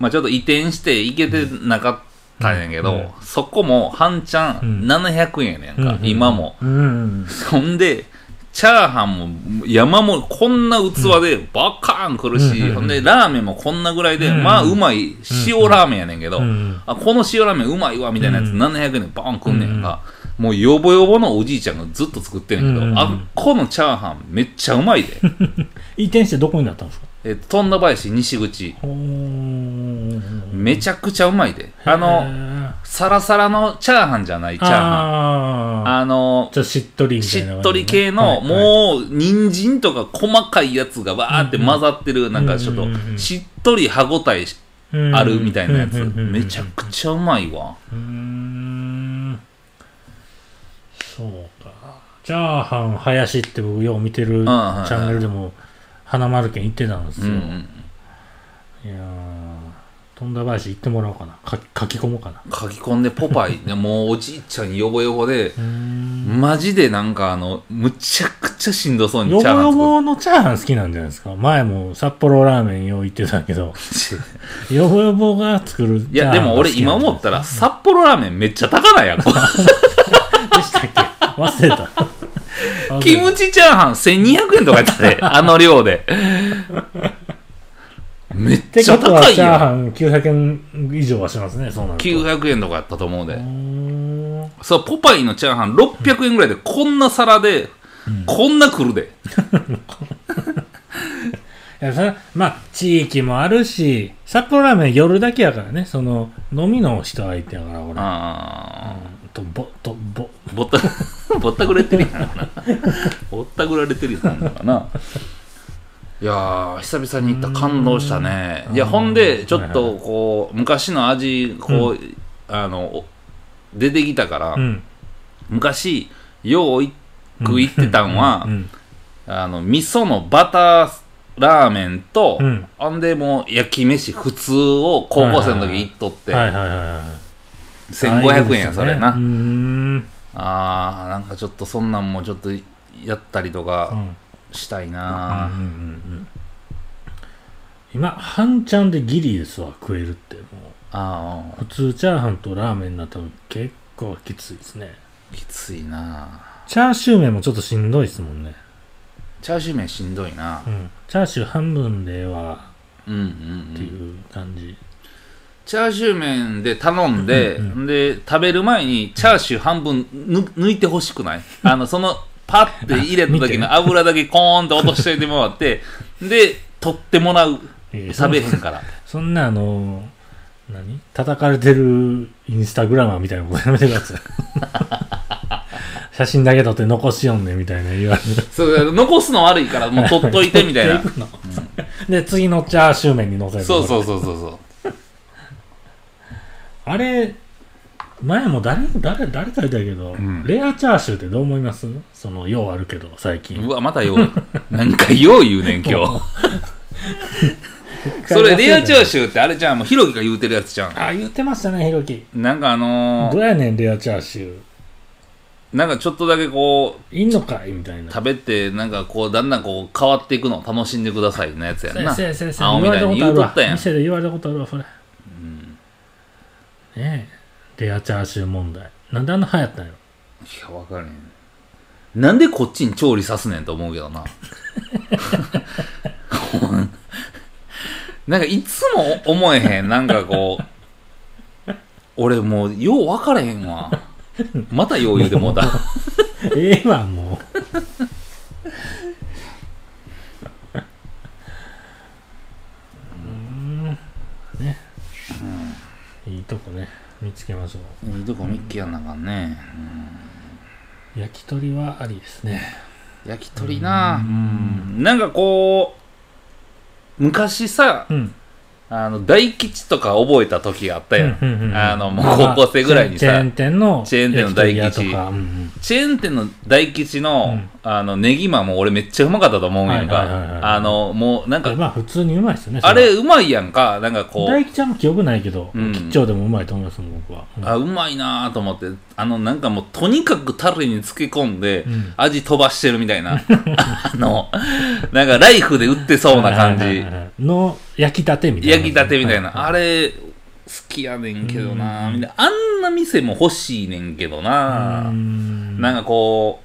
Speaker 1: まあちょっと移転して行けてなかったんやけど、
Speaker 2: うん
Speaker 1: そこも半ちゃん700円やねんか、
Speaker 2: うん
Speaker 1: 今も
Speaker 2: うんうん。
Speaker 1: そんで、チャーハンも山もこんな器でバカーン来るし、
Speaker 2: うんうんうん
Speaker 1: ほんでラーメンもこんなぐらいで、
Speaker 2: うんうん
Speaker 1: まあうまい塩ラーメンやねんけど、
Speaker 2: うん。
Speaker 1: あこの塩ラーメンうまいわみたいなやつ
Speaker 2: うん
Speaker 1: 700円でバーン来んねんか、もうヨボヨボのおじいちゃんがずっと作ってんねんけど、
Speaker 2: うんうんうん
Speaker 1: あっこのチャーハンめっちゃうまいで。
Speaker 2: 移転してどこになったんですか
Speaker 1: えっと、富田林西口、
Speaker 2: ほーん。
Speaker 1: めちゃくちゃうまいで。あの、
Speaker 2: の、
Speaker 1: サラサラのチャーハンじゃないチャーハン。
Speaker 2: あー
Speaker 1: あの、
Speaker 2: ちょっとしっとりみた
Speaker 1: し
Speaker 2: いな
Speaker 1: っと
Speaker 2: 感じね
Speaker 1: り系の、
Speaker 2: はいはい
Speaker 1: もう、人参とか細かいやつがわーって混ざってる、なんかちょっ
Speaker 2: うんうんうんう
Speaker 1: と、
Speaker 2: ん
Speaker 1: しっとり歯ごたえ
Speaker 2: うん
Speaker 1: あるみたいなやつ。
Speaker 2: うんうんうんうん
Speaker 1: めちゃくちゃうまいわ。
Speaker 2: うーんそうかチャーハン林って僕よう見てるチ
Speaker 1: はいはい
Speaker 2: ャンネルでも花丸県行ってたんです
Speaker 1: う
Speaker 2: よ、
Speaker 1: んうん。
Speaker 2: いやー富田林行ってもらおうかなか書き込もうかな
Speaker 1: 書き込んでポパイ、ねもうおじいちゃんヨボヨボで、
Speaker 2: うーん
Speaker 1: マジでなんかあの、むちゃくちゃしんどそうに
Speaker 2: ヨ
Speaker 1: チ
Speaker 2: ボ
Speaker 1: ャーハ
Speaker 2: ヨ
Speaker 1: ン作っ
Speaker 2: ボのチャーハン好きなんじゃないですか前も札幌ラーメンよう行ってた けど
Speaker 1: て。
Speaker 2: ヨボヨボが作るチ
Speaker 1: い
Speaker 2: ャー
Speaker 1: や、
Speaker 2: ハンが好きなんじゃない
Speaker 1: でも俺今思ったら、札幌ラーメンめっちゃ高ない やん。
Speaker 2: でしたっけ 忘れた忘れ
Speaker 1: キ
Speaker 2: た
Speaker 1: ムチチャーハン1200円とかやった で、あの量で。めっ
Speaker 2: って
Speaker 1: ちゃ
Speaker 2: ことは
Speaker 1: 高い
Speaker 2: チャー
Speaker 1: やん
Speaker 2: ハ。ン900円以上はしますね、そうなると。
Speaker 1: 900円とかやったと思う
Speaker 2: う
Speaker 1: で。
Speaker 2: ーん
Speaker 1: そう、ポパイのチャーハン600円ぐらいで、こんな皿で、こんな来るで。
Speaker 2: いやそれまあ、地域もあるし、札幌ラーメン夜だけやからね、その、飲みの人相手やから、俺。
Speaker 1: あ
Speaker 2: と、ぼ、と、ぼ、
Speaker 1: ーぼった、 ぼったくれてるやんかな。ぼったくられてるやんかな。いやー、久々に行った感動したね。いや、ほんで、ちょっと、こう、昔の味、こう、あの、お出てきたから、
Speaker 2: うん。
Speaker 1: 昔、ようい食いってたんは
Speaker 2: う、ん。
Speaker 1: あの、味噌のバターラーメンと、
Speaker 2: うん
Speaker 1: ほんでもう焼き飯普通を高校生の時行っとって、
Speaker 2: はいはいはいは
Speaker 1: 1500円や、
Speaker 2: あ
Speaker 1: それ
Speaker 2: い
Speaker 1: な。
Speaker 2: いですねうーん。
Speaker 1: あー、なんかちょっとそんなんもちょっとやったりと
Speaker 2: う
Speaker 1: か
Speaker 2: ん
Speaker 1: したい
Speaker 2: うんうん
Speaker 1: な、
Speaker 2: うん今、半ちゃんでギリですわ、食えるって。も
Speaker 1: あ
Speaker 2: う普通チャーハンとラーメンになったら結構きついですね。
Speaker 1: ー、きついな
Speaker 2: チャーシュー麺もちょっとしんどいですもんね。
Speaker 1: チャーシュー麺しんどいな
Speaker 2: うん、チャーシュー半分でええわ
Speaker 1: うんうんう
Speaker 2: って
Speaker 1: ん。
Speaker 2: いう感じ、
Speaker 1: チャーシュー麺で頼んで、
Speaker 2: うん
Speaker 1: で、食べる前にチャーシュー半分ぬ抜いてほしくないあの、その、パッて入れた時の油だけコーンって落としといてもらって、で、取ってもらう。
Speaker 2: ええ
Speaker 1: 食べへんから。
Speaker 2: そんなあの何叩かれてるインスタグラマーみたいなことやめてください写真だけ撮って残しよんねみたいな言われる
Speaker 1: そう残すの悪いからもう取っといてみたいな
Speaker 2: 撮。っていくので次のチャーシュー麺に載せる
Speaker 1: そうそううそうそうそ
Speaker 2: あれ前も誰誰誰かいたけど、
Speaker 1: ん
Speaker 2: レアチャーシューってどう思いますそのようあるけど最
Speaker 1: う。う
Speaker 2: 近
Speaker 1: わ、またよう、なんかよう言うねん、今日。それ、レアチャー
Speaker 2: ュ
Speaker 1: シューってあれじゃん、もうヒロキが言うてるやつじゃん。
Speaker 2: あ言ってましたねひろき
Speaker 1: なんかあの
Speaker 2: ど
Speaker 1: ー
Speaker 2: うやねんレアチャーシュー
Speaker 1: なんかちょっとだけこう、
Speaker 2: いんのかいみたいな。
Speaker 1: 食べて、なんかこう、だんだんこう、変わっていくのを楽しんでくださいのやつやんな。
Speaker 2: せやせやせや
Speaker 1: 青みたいに言うとったやん。
Speaker 2: 店で言われたことあるわ、それ。ねえ。レアチャーシュー問題。なんであんな流行ったんやろ。
Speaker 1: いや、わかるねん。なんでこっち に調理さすねんと思うけどな。なんかいつも思えへん。なんかこう、俺もうよう分からへんわ。またよう言うて もうた。
Speaker 2: ええわ もうねいいとこね見つけましょう
Speaker 1: いいとこ見っけやんなあかんね。
Speaker 2: 焼き鳥はありですね
Speaker 1: うん焼き鳥なうんなんかこう、昔さ、
Speaker 2: うん
Speaker 1: あの、大吉とか覚えた時があったやん。
Speaker 2: うんうんうんうん
Speaker 1: あの、もう高校生ぐらいに
Speaker 2: チェ
Speaker 1: さ
Speaker 2: ーン、店の
Speaker 1: チェーン店の大吉
Speaker 2: 焼き鳥屋とか、うん
Speaker 1: チェーン店の大吉の、
Speaker 2: うん
Speaker 1: あの、ネギマンも俺めっちゃうまかったと思うんやんか。
Speaker 2: はいはいはいはい
Speaker 1: あの、もうなん
Speaker 2: うん、
Speaker 1: か、
Speaker 2: まあ普通にうまいですよね
Speaker 1: あれうまいやんか。なんかこう、
Speaker 2: 大吉はもう記憶ないけど、
Speaker 1: うん
Speaker 2: 吉兆でもうまいと思いますもん僕は、うん
Speaker 1: あ、うまいなぁと思って、あの、なんかもうとにかくタレに漬け込んで、
Speaker 2: うん
Speaker 1: 味飛ばしてるみたいな。 あの、なんかライフで売ってそうな感
Speaker 2: はい
Speaker 1: じ
Speaker 2: はい。はいはいの焼きたてみたいな
Speaker 1: 焼きたてみたいな、
Speaker 2: れ
Speaker 1: あれ好きやねんけどな、
Speaker 2: うん
Speaker 1: みんなあんな店も欲しいねんけどな、なんかこ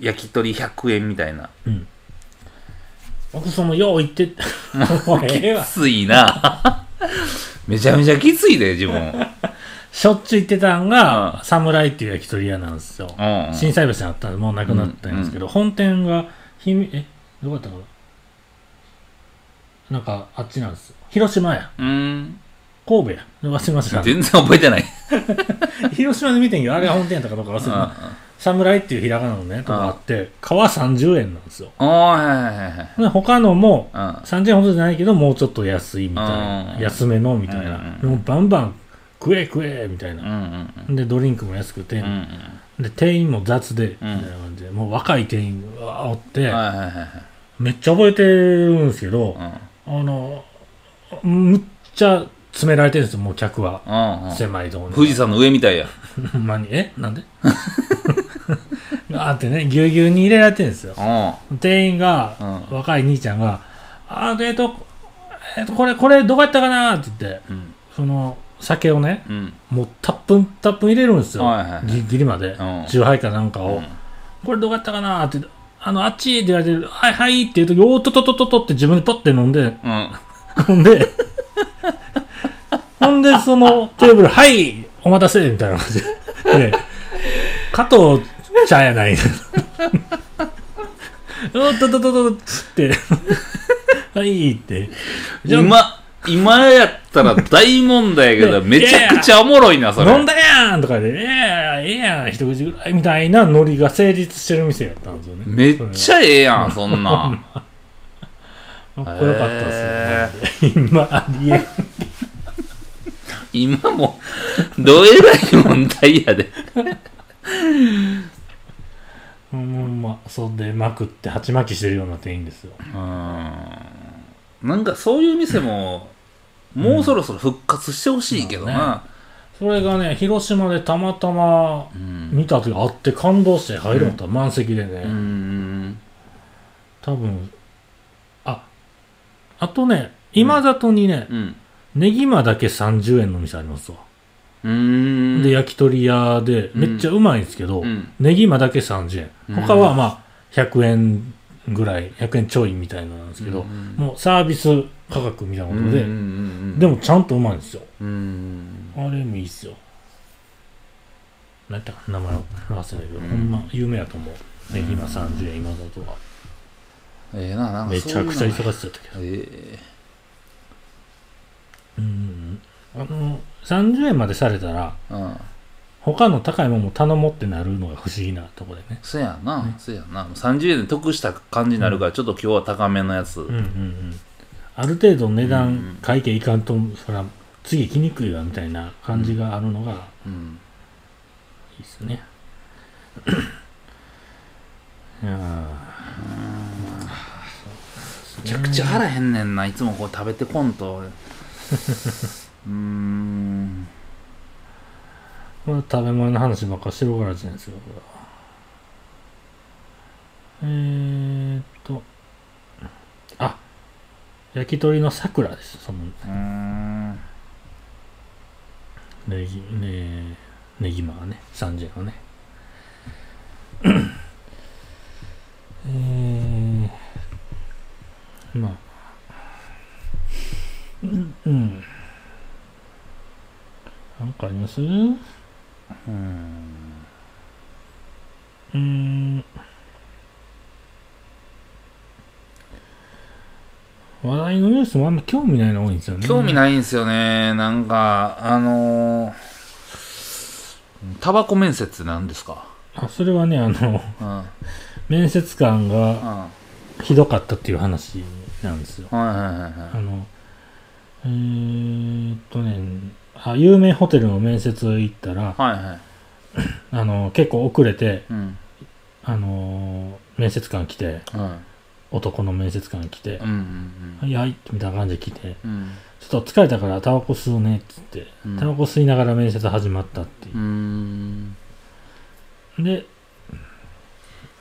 Speaker 1: う焼き鳥100円みたいな
Speaker 2: うん僕そのよう言 ってもうええわ
Speaker 1: きついな めちゃめちゃきついで自分うん
Speaker 2: しょっちゅう行ってたんが、
Speaker 1: う
Speaker 2: サムライっていう焼き鳥屋なんですよ、震災橋にあったんでもうなくなったんですけど、本店がひみえどこだったかななんかあっちなんですよ広島や
Speaker 1: うん
Speaker 2: 神戸や忘れました
Speaker 1: 全然覚えてない
Speaker 2: 広島で見てんけどあれが本店やったかどうか忘れ
Speaker 1: うん
Speaker 2: たサムライっていうひらがなのねとかあって皮30円なんですよ
Speaker 1: あはいはいはいはい
Speaker 2: で他のも
Speaker 1: うん
Speaker 2: 30円ほどじゃないけどもうちょっと安いみたいな
Speaker 1: うん
Speaker 2: 安めのみたいな
Speaker 1: うんうん
Speaker 2: もうバンバン食え食えみたいな
Speaker 1: うんうん
Speaker 2: でドリンクも安くて
Speaker 1: うんうん
Speaker 2: で店員も雑でみた
Speaker 1: う
Speaker 2: い
Speaker 1: ん
Speaker 2: な感じでもう若い店員がおって
Speaker 1: はいはいはいはい
Speaker 2: めっちゃ覚えてるんですけど
Speaker 1: うん
Speaker 2: あのむっちゃ詰められてるんですよもう客は
Speaker 1: うんうん
Speaker 2: 狭いところに
Speaker 1: 富士山の上みたいや
Speaker 2: ほんまにえなんで あってねぎゅうぎゅうに入れられてるんですよ
Speaker 1: うん
Speaker 2: 店員が、
Speaker 1: う
Speaker 2: 若い兄ちゃんが「あーえっとえっとこれこれどこやったかな?」って言って
Speaker 1: うん
Speaker 2: その酒をね
Speaker 1: うん
Speaker 2: もうたっぷんたっぷん入れるんですよ、
Speaker 1: はいはいはい
Speaker 2: ギリギリまで、
Speaker 1: ん
Speaker 2: 酎ハイかなんかを、
Speaker 1: うん
Speaker 2: これどこやったかな?」って「あのあっち」って言われて「はいはい」って言うと「よーっととととと」って自分でパッて飲んで
Speaker 1: うん
Speaker 2: ほんで ほんでそのテーブル「はいお待たせ」みたいな感じでで加藤ちゃんやない おっとっとっとっとつって「はい」ってじゃあ
Speaker 1: 今、今やった ら大問題やけど、
Speaker 2: ね
Speaker 1: めちゃくちゃおもろいな、
Speaker 2: 「
Speaker 1: それ。
Speaker 2: 飲んだやん!」とかで「ええやんええやん一口ぐらい」みたいなノリが成立してる店やったんですよね
Speaker 1: めっちゃええやん、そんなん。
Speaker 2: かっこよかったですね、今ありえん
Speaker 1: 今も、どえらい問題やで。
Speaker 2: うんまあ、遊んでまくって鉢巻きしてる ような店員ですよ
Speaker 1: うーん。なんかそういう店も、もうそろそろ復活してほしいけどな。
Speaker 2: それがね広島でたまたま
Speaker 1: うん。
Speaker 2: 見た時あって感動して入るのと満席でね、
Speaker 1: うーん。
Speaker 2: 多分ああとね今里にね、
Speaker 1: うん。
Speaker 2: ネギマだけ30円の店ありますわ、
Speaker 1: うーん。
Speaker 2: で焼き鳥屋でめっちゃうまいんですけど、
Speaker 1: うん。
Speaker 2: ネギマだけ30円
Speaker 1: うん
Speaker 2: 他はまあ100円ぐらい100円ちょいみたいなんですけど、
Speaker 1: うん
Speaker 2: もうサービス価格みたいな
Speaker 1: う
Speaker 2: こ
Speaker 1: ん
Speaker 2: と
Speaker 1: うんうん。
Speaker 2: で、でもちゃんとうまいんですよ
Speaker 1: うん。
Speaker 2: あれもいいっすよ。なんやったかな名前忘れたけど、
Speaker 1: うん
Speaker 2: ほんま有名やと思う。ね、今30円、今だとは。
Speaker 1: ええな、なんか
Speaker 2: め
Speaker 1: そう
Speaker 2: ち
Speaker 1: いう
Speaker 2: ゃ
Speaker 1: の
Speaker 2: くちゃ忙しそうやったけど。
Speaker 1: え
Speaker 2: うん。あの、30円までされたら、
Speaker 1: え。うん。
Speaker 2: 他の高いもんも頼もうってなるのが不思議なとこでね。
Speaker 1: そやな、そやな。30円で得した感じになるから、ちょっと今日は高めのやつ。
Speaker 2: うんうんうん。ある程度値
Speaker 1: う
Speaker 2: 段
Speaker 1: ん
Speaker 2: 書いていかんと、そら、次来にくいわみたいな感じがあるのが
Speaker 1: うん。
Speaker 2: いいっすね。いやー
Speaker 1: めちゃくちゃ腹へんねんな。いつもこう食べてこん と。俺うーん。
Speaker 2: まあ、食べ物の話ばっかしてるからじゃないですよ、これは。えーっと、あ、焼き鳥の桜です、その
Speaker 1: うーん。
Speaker 2: ネギ、ね、ネギマがね、30円のね。えー、まあ、すう
Speaker 1: うん
Speaker 2: ーん話題のニュースもあんま興味ないの多いんですよね
Speaker 1: 興味
Speaker 2: い
Speaker 1: ないんですよねなんかあのータバコ面接って何ですか、
Speaker 2: あそれはねあの
Speaker 1: うんうん、
Speaker 2: 面接官が
Speaker 1: は
Speaker 2: ひどかったっていう話なんですよ
Speaker 1: いはいはいは
Speaker 2: あのえー、っとねあ有名ホテルの面接行ったら
Speaker 1: いはいはい
Speaker 2: あの結構遅れて
Speaker 1: うん
Speaker 2: あの面接官来て
Speaker 1: は
Speaker 2: 男の面接官来て
Speaker 1: いうんうん
Speaker 2: はいはいみたいな感じで来て、
Speaker 1: うん
Speaker 2: ちょっと疲れたからタバコ吸うねっつって、
Speaker 1: うん
Speaker 2: タバコ吸いながら面接始まったっていうう。
Speaker 1: ん
Speaker 2: で、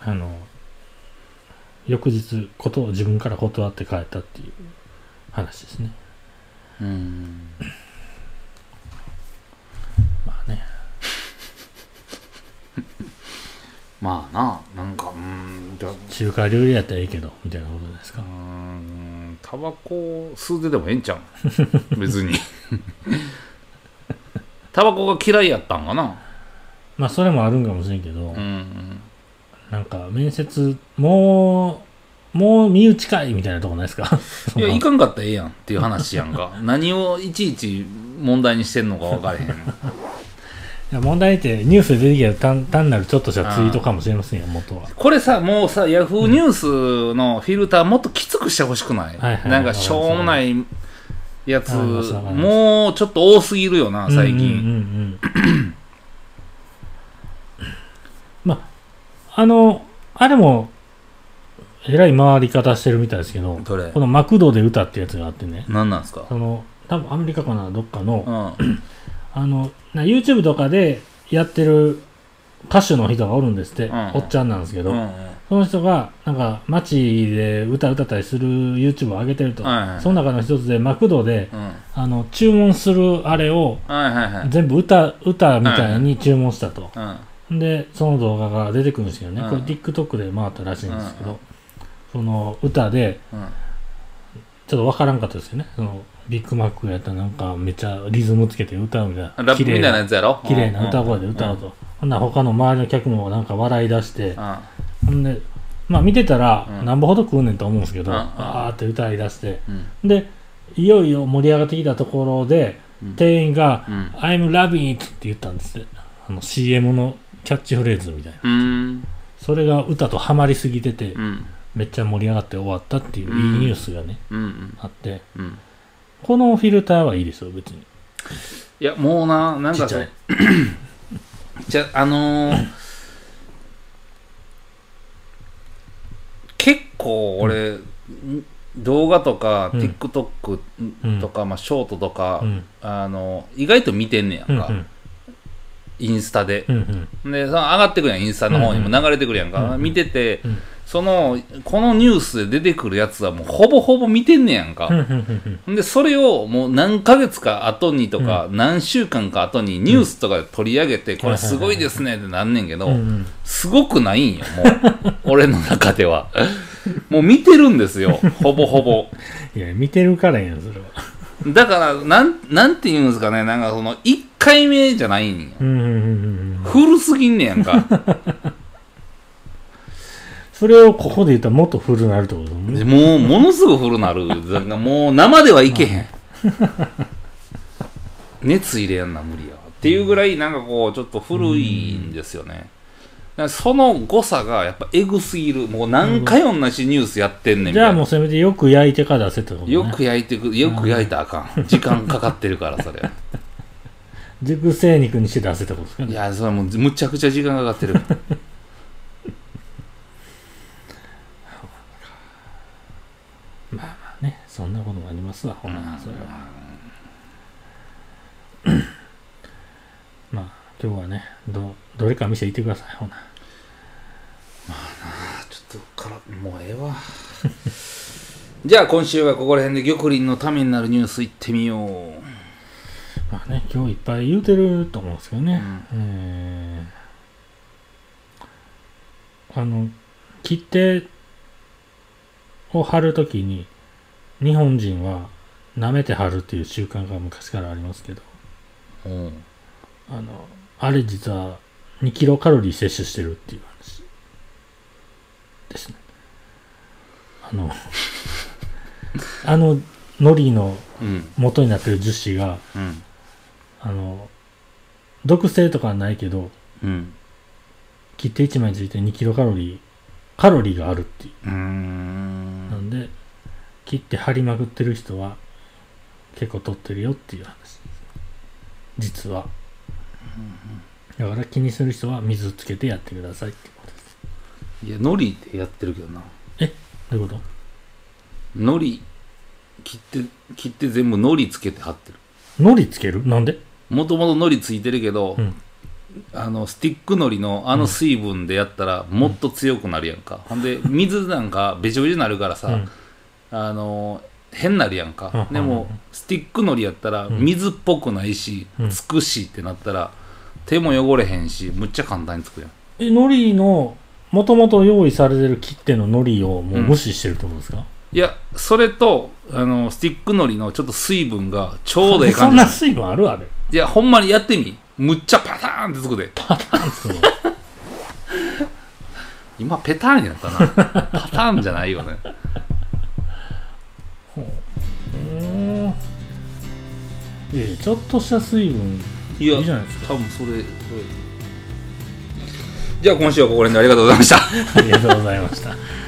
Speaker 2: あの、翌日、ことを自分から断って帰ったっていう話ですね。
Speaker 1: うん
Speaker 2: まあね。
Speaker 1: まあななんかうんじゃ
Speaker 2: 中華料理やったらいいけど、みたいなことです
Speaker 1: う
Speaker 2: か。
Speaker 1: んタバコ吸うてでもええんちゃ う別にタバコが嫌いやったんかな
Speaker 2: まあ、それもあるんかもしれんけど、
Speaker 1: うん
Speaker 2: なんか面接、もう、もう身内かいみたいなとこないですか
Speaker 1: いや、いかんかったらええやんっていう話やんか。何をいちいち問題にしてんのか分からへん。
Speaker 2: いや問題ってニュースで出てきたら単単なるちょっとしたツイートかもしれませんよ、元は。
Speaker 1: これさ、もうさ、ヤフーニュースのフィルターもっときつくしてほしくない、
Speaker 2: はいはい
Speaker 1: なんかしょうもないやつ、
Speaker 2: わかりますわかります
Speaker 1: もうちょっと多すぎるよな、最近。
Speaker 2: うんうんうんうん、 まああのあれもえらい回り方してるみたいですけど
Speaker 1: どれ
Speaker 2: このマクドで歌ってやつがあってね
Speaker 1: 何なんですか
Speaker 2: その多分アメリカかなどっかの,、
Speaker 1: うん。
Speaker 2: あのな YouTube とかでやってる歌手の人がおるんですって、
Speaker 1: うん
Speaker 2: おっちゃんなんですけど、
Speaker 1: うんうん
Speaker 2: その人がなんか街で歌歌ったりする YouTube を上げてると、
Speaker 1: はいはい
Speaker 2: その中の一つでマクドで
Speaker 1: うん。
Speaker 2: あの注文するあれを
Speaker 1: はいはいはい。
Speaker 2: 全部歌歌みたいに注文したと、
Speaker 1: うん。
Speaker 2: でその動画が出てくるんですけどね、
Speaker 1: うん
Speaker 2: これ TikTok で回ったらしいんですけど、
Speaker 1: うん
Speaker 2: その歌で
Speaker 1: うん。
Speaker 2: ちょっとわからんかったですよねそのビッグマックやったらなんかめっちゃリズムつけて歌うみたいな
Speaker 1: ラップみたいなやつやろ
Speaker 2: 綺麗な歌声で歌うと、ほんなら他の周りの客もなんか笑い出して
Speaker 1: う、ん。うん
Speaker 2: ほんでまあ見てたら
Speaker 1: うん
Speaker 2: なんぼほど食うねんと思うんですけど、
Speaker 1: うん
Speaker 2: あーって歌い出して
Speaker 1: うん。
Speaker 2: でいよいよ盛り上がってきたところで、
Speaker 1: うん
Speaker 2: 店員が「
Speaker 1: うん。
Speaker 2: I'm Rabbit って言ったんですってあの CM のキャッチフレーズみたいな
Speaker 1: うん。
Speaker 2: それが歌とハマりすぎてて、
Speaker 1: うん。
Speaker 2: めっちゃ盛り上がって終わったっていう
Speaker 1: うん
Speaker 2: いいニュースがね、
Speaker 1: うん。
Speaker 2: あって
Speaker 1: うん。
Speaker 2: このフィルターはいいですよ別に
Speaker 1: いや、もうな、なん
Speaker 2: ちっ
Speaker 1: か
Speaker 2: ち
Speaker 1: そう
Speaker 2: ゃい。
Speaker 1: じゃあのー結構俺、ん動画とか、
Speaker 2: うん
Speaker 1: TikTok
Speaker 2: うん
Speaker 1: とか、まあ、ショートとか、
Speaker 2: うん
Speaker 1: あの意外と見てんねやん
Speaker 2: うんう
Speaker 1: か、
Speaker 2: ん
Speaker 1: インスタで、
Speaker 2: うんうん
Speaker 1: でその上がってくるやんインスタの方にも
Speaker 2: うんう
Speaker 1: 流れてくるやんか、
Speaker 2: うんうん
Speaker 1: 見てて、
Speaker 2: うん
Speaker 1: そのこのニュースで出てくるやつはもうほぼほぼ見てんねやんか、
Speaker 2: うんうんうん
Speaker 1: で、それをもう何ヶ月か後にとか、何週間か後にニュースとかで取り上げて、これすごいですねってなんねんけど、
Speaker 2: うんうん
Speaker 1: すごくないんよ、も う。俺の中では。もう見てるんですよ、ほぼほぼ。
Speaker 2: いや見てるからやんそれは
Speaker 1: だから、なん、なんて言うんですかね、なんかその、1回目じゃないんよ。
Speaker 2: うんうんうんうん
Speaker 1: 古すぎんねやんか。
Speaker 2: それをここで言ったらもっとフルなるってことだもんね
Speaker 1: もう、ものすごい古なる。なんかもう、生ではいけへ ん。熱入れやんな、無理や。っていうぐらい、なんかこう、ちょっと古いんですよね。だからその誤差が、やっぱ、えぐすぎる。もう、何回同じニュースやってんねん、み
Speaker 2: じゃ
Speaker 1: た
Speaker 2: あ
Speaker 1: い
Speaker 2: もう
Speaker 1: な。
Speaker 2: せめてよく焼いてから出せってことね
Speaker 1: よく焼いてく、よく焼いたらあかん。時間かかってるから、それ。
Speaker 2: 熟成肉にして出せってことですか
Speaker 1: い
Speaker 2: ね
Speaker 1: や、それもう、むちゃくちゃ時間かか ってる。
Speaker 2: ねそんなこともありますわほんならそれはまあ今日はねどどれか店行ってくださいほな
Speaker 1: ちょっとからもうええわじゃあ今週はここら辺で玉林のためになるニュースいってみよう
Speaker 2: まあね今日いっぱい言うてると思うんですけどね、えーあの切手を貼るときに日本人は舐めて貼るっていう習慣が昔からありますけど
Speaker 1: うん
Speaker 2: あの、あれ実は2キロカロリー摂取してるっていう話ですね。あの、 あの、海苔の
Speaker 1: うん
Speaker 2: 元になってる樹脂が、
Speaker 1: うん
Speaker 2: あの、毒性とかはないけど、
Speaker 1: うん
Speaker 2: 切って1枚について2キロカロリー、カロリーがあるってい
Speaker 1: ー
Speaker 2: うう。なんんで、切って張りまくってる人は結構取ってるよっていう話です。実は。だから気にする人は水つけてやってくださいってことです。
Speaker 1: いや海苔ってやってるけどな
Speaker 2: どういうこと
Speaker 1: 海苔切って切って全部海苔つけて貼ってる
Speaker 2: 海苔つけるなんで
Speaker 1: もともと海苔ついてるけど、
Speaker 2: うん
Speaker 1: あのスティック海苔のあの水分でやったらもっと強くなるやんか、ほんで水なんかべちょべちょになるからさ、
Speaker 2: うん
Speaker 1: あの変なるやんか、
Speaker 2: うん
Speaker 1: で
Speaker 2: う
Speaker 1: も
Speaker 2: ん
Speaker 1: スティック海苔やったら
Speaker 2: ん
Speaker 1: 水っぽくないし、
Speaker 2: うん
Speaker 1: つくしってなったら手も汚れへんしむっちゃ簡単につくやん
Speaker 2: え、海苔の、もともと用意されてる切手の海苔をもう無視してるってことですか、
Speaker 1: いやそれとあのスティック海苔のちょっと水分がちょうどいい
Speaker 2: そ
Speaker 1: 感
Speaker 2: ん
Speaker 1: じ
Speaker 2: な水分あるあれ。
Speaker 1: いやほんまにやってみむっちゃパターンってつくで 今ペターンになった なパターンじゃないよね
Speaker 2: うん。ええ、ちょっとした水分、
Speaker 1: い
Speaker 2: いいじゃないですか。
Speaker 1: 多分それそれじゃあ今週はここら辺でありがとうございました
Speaker 2: ありがとうございました。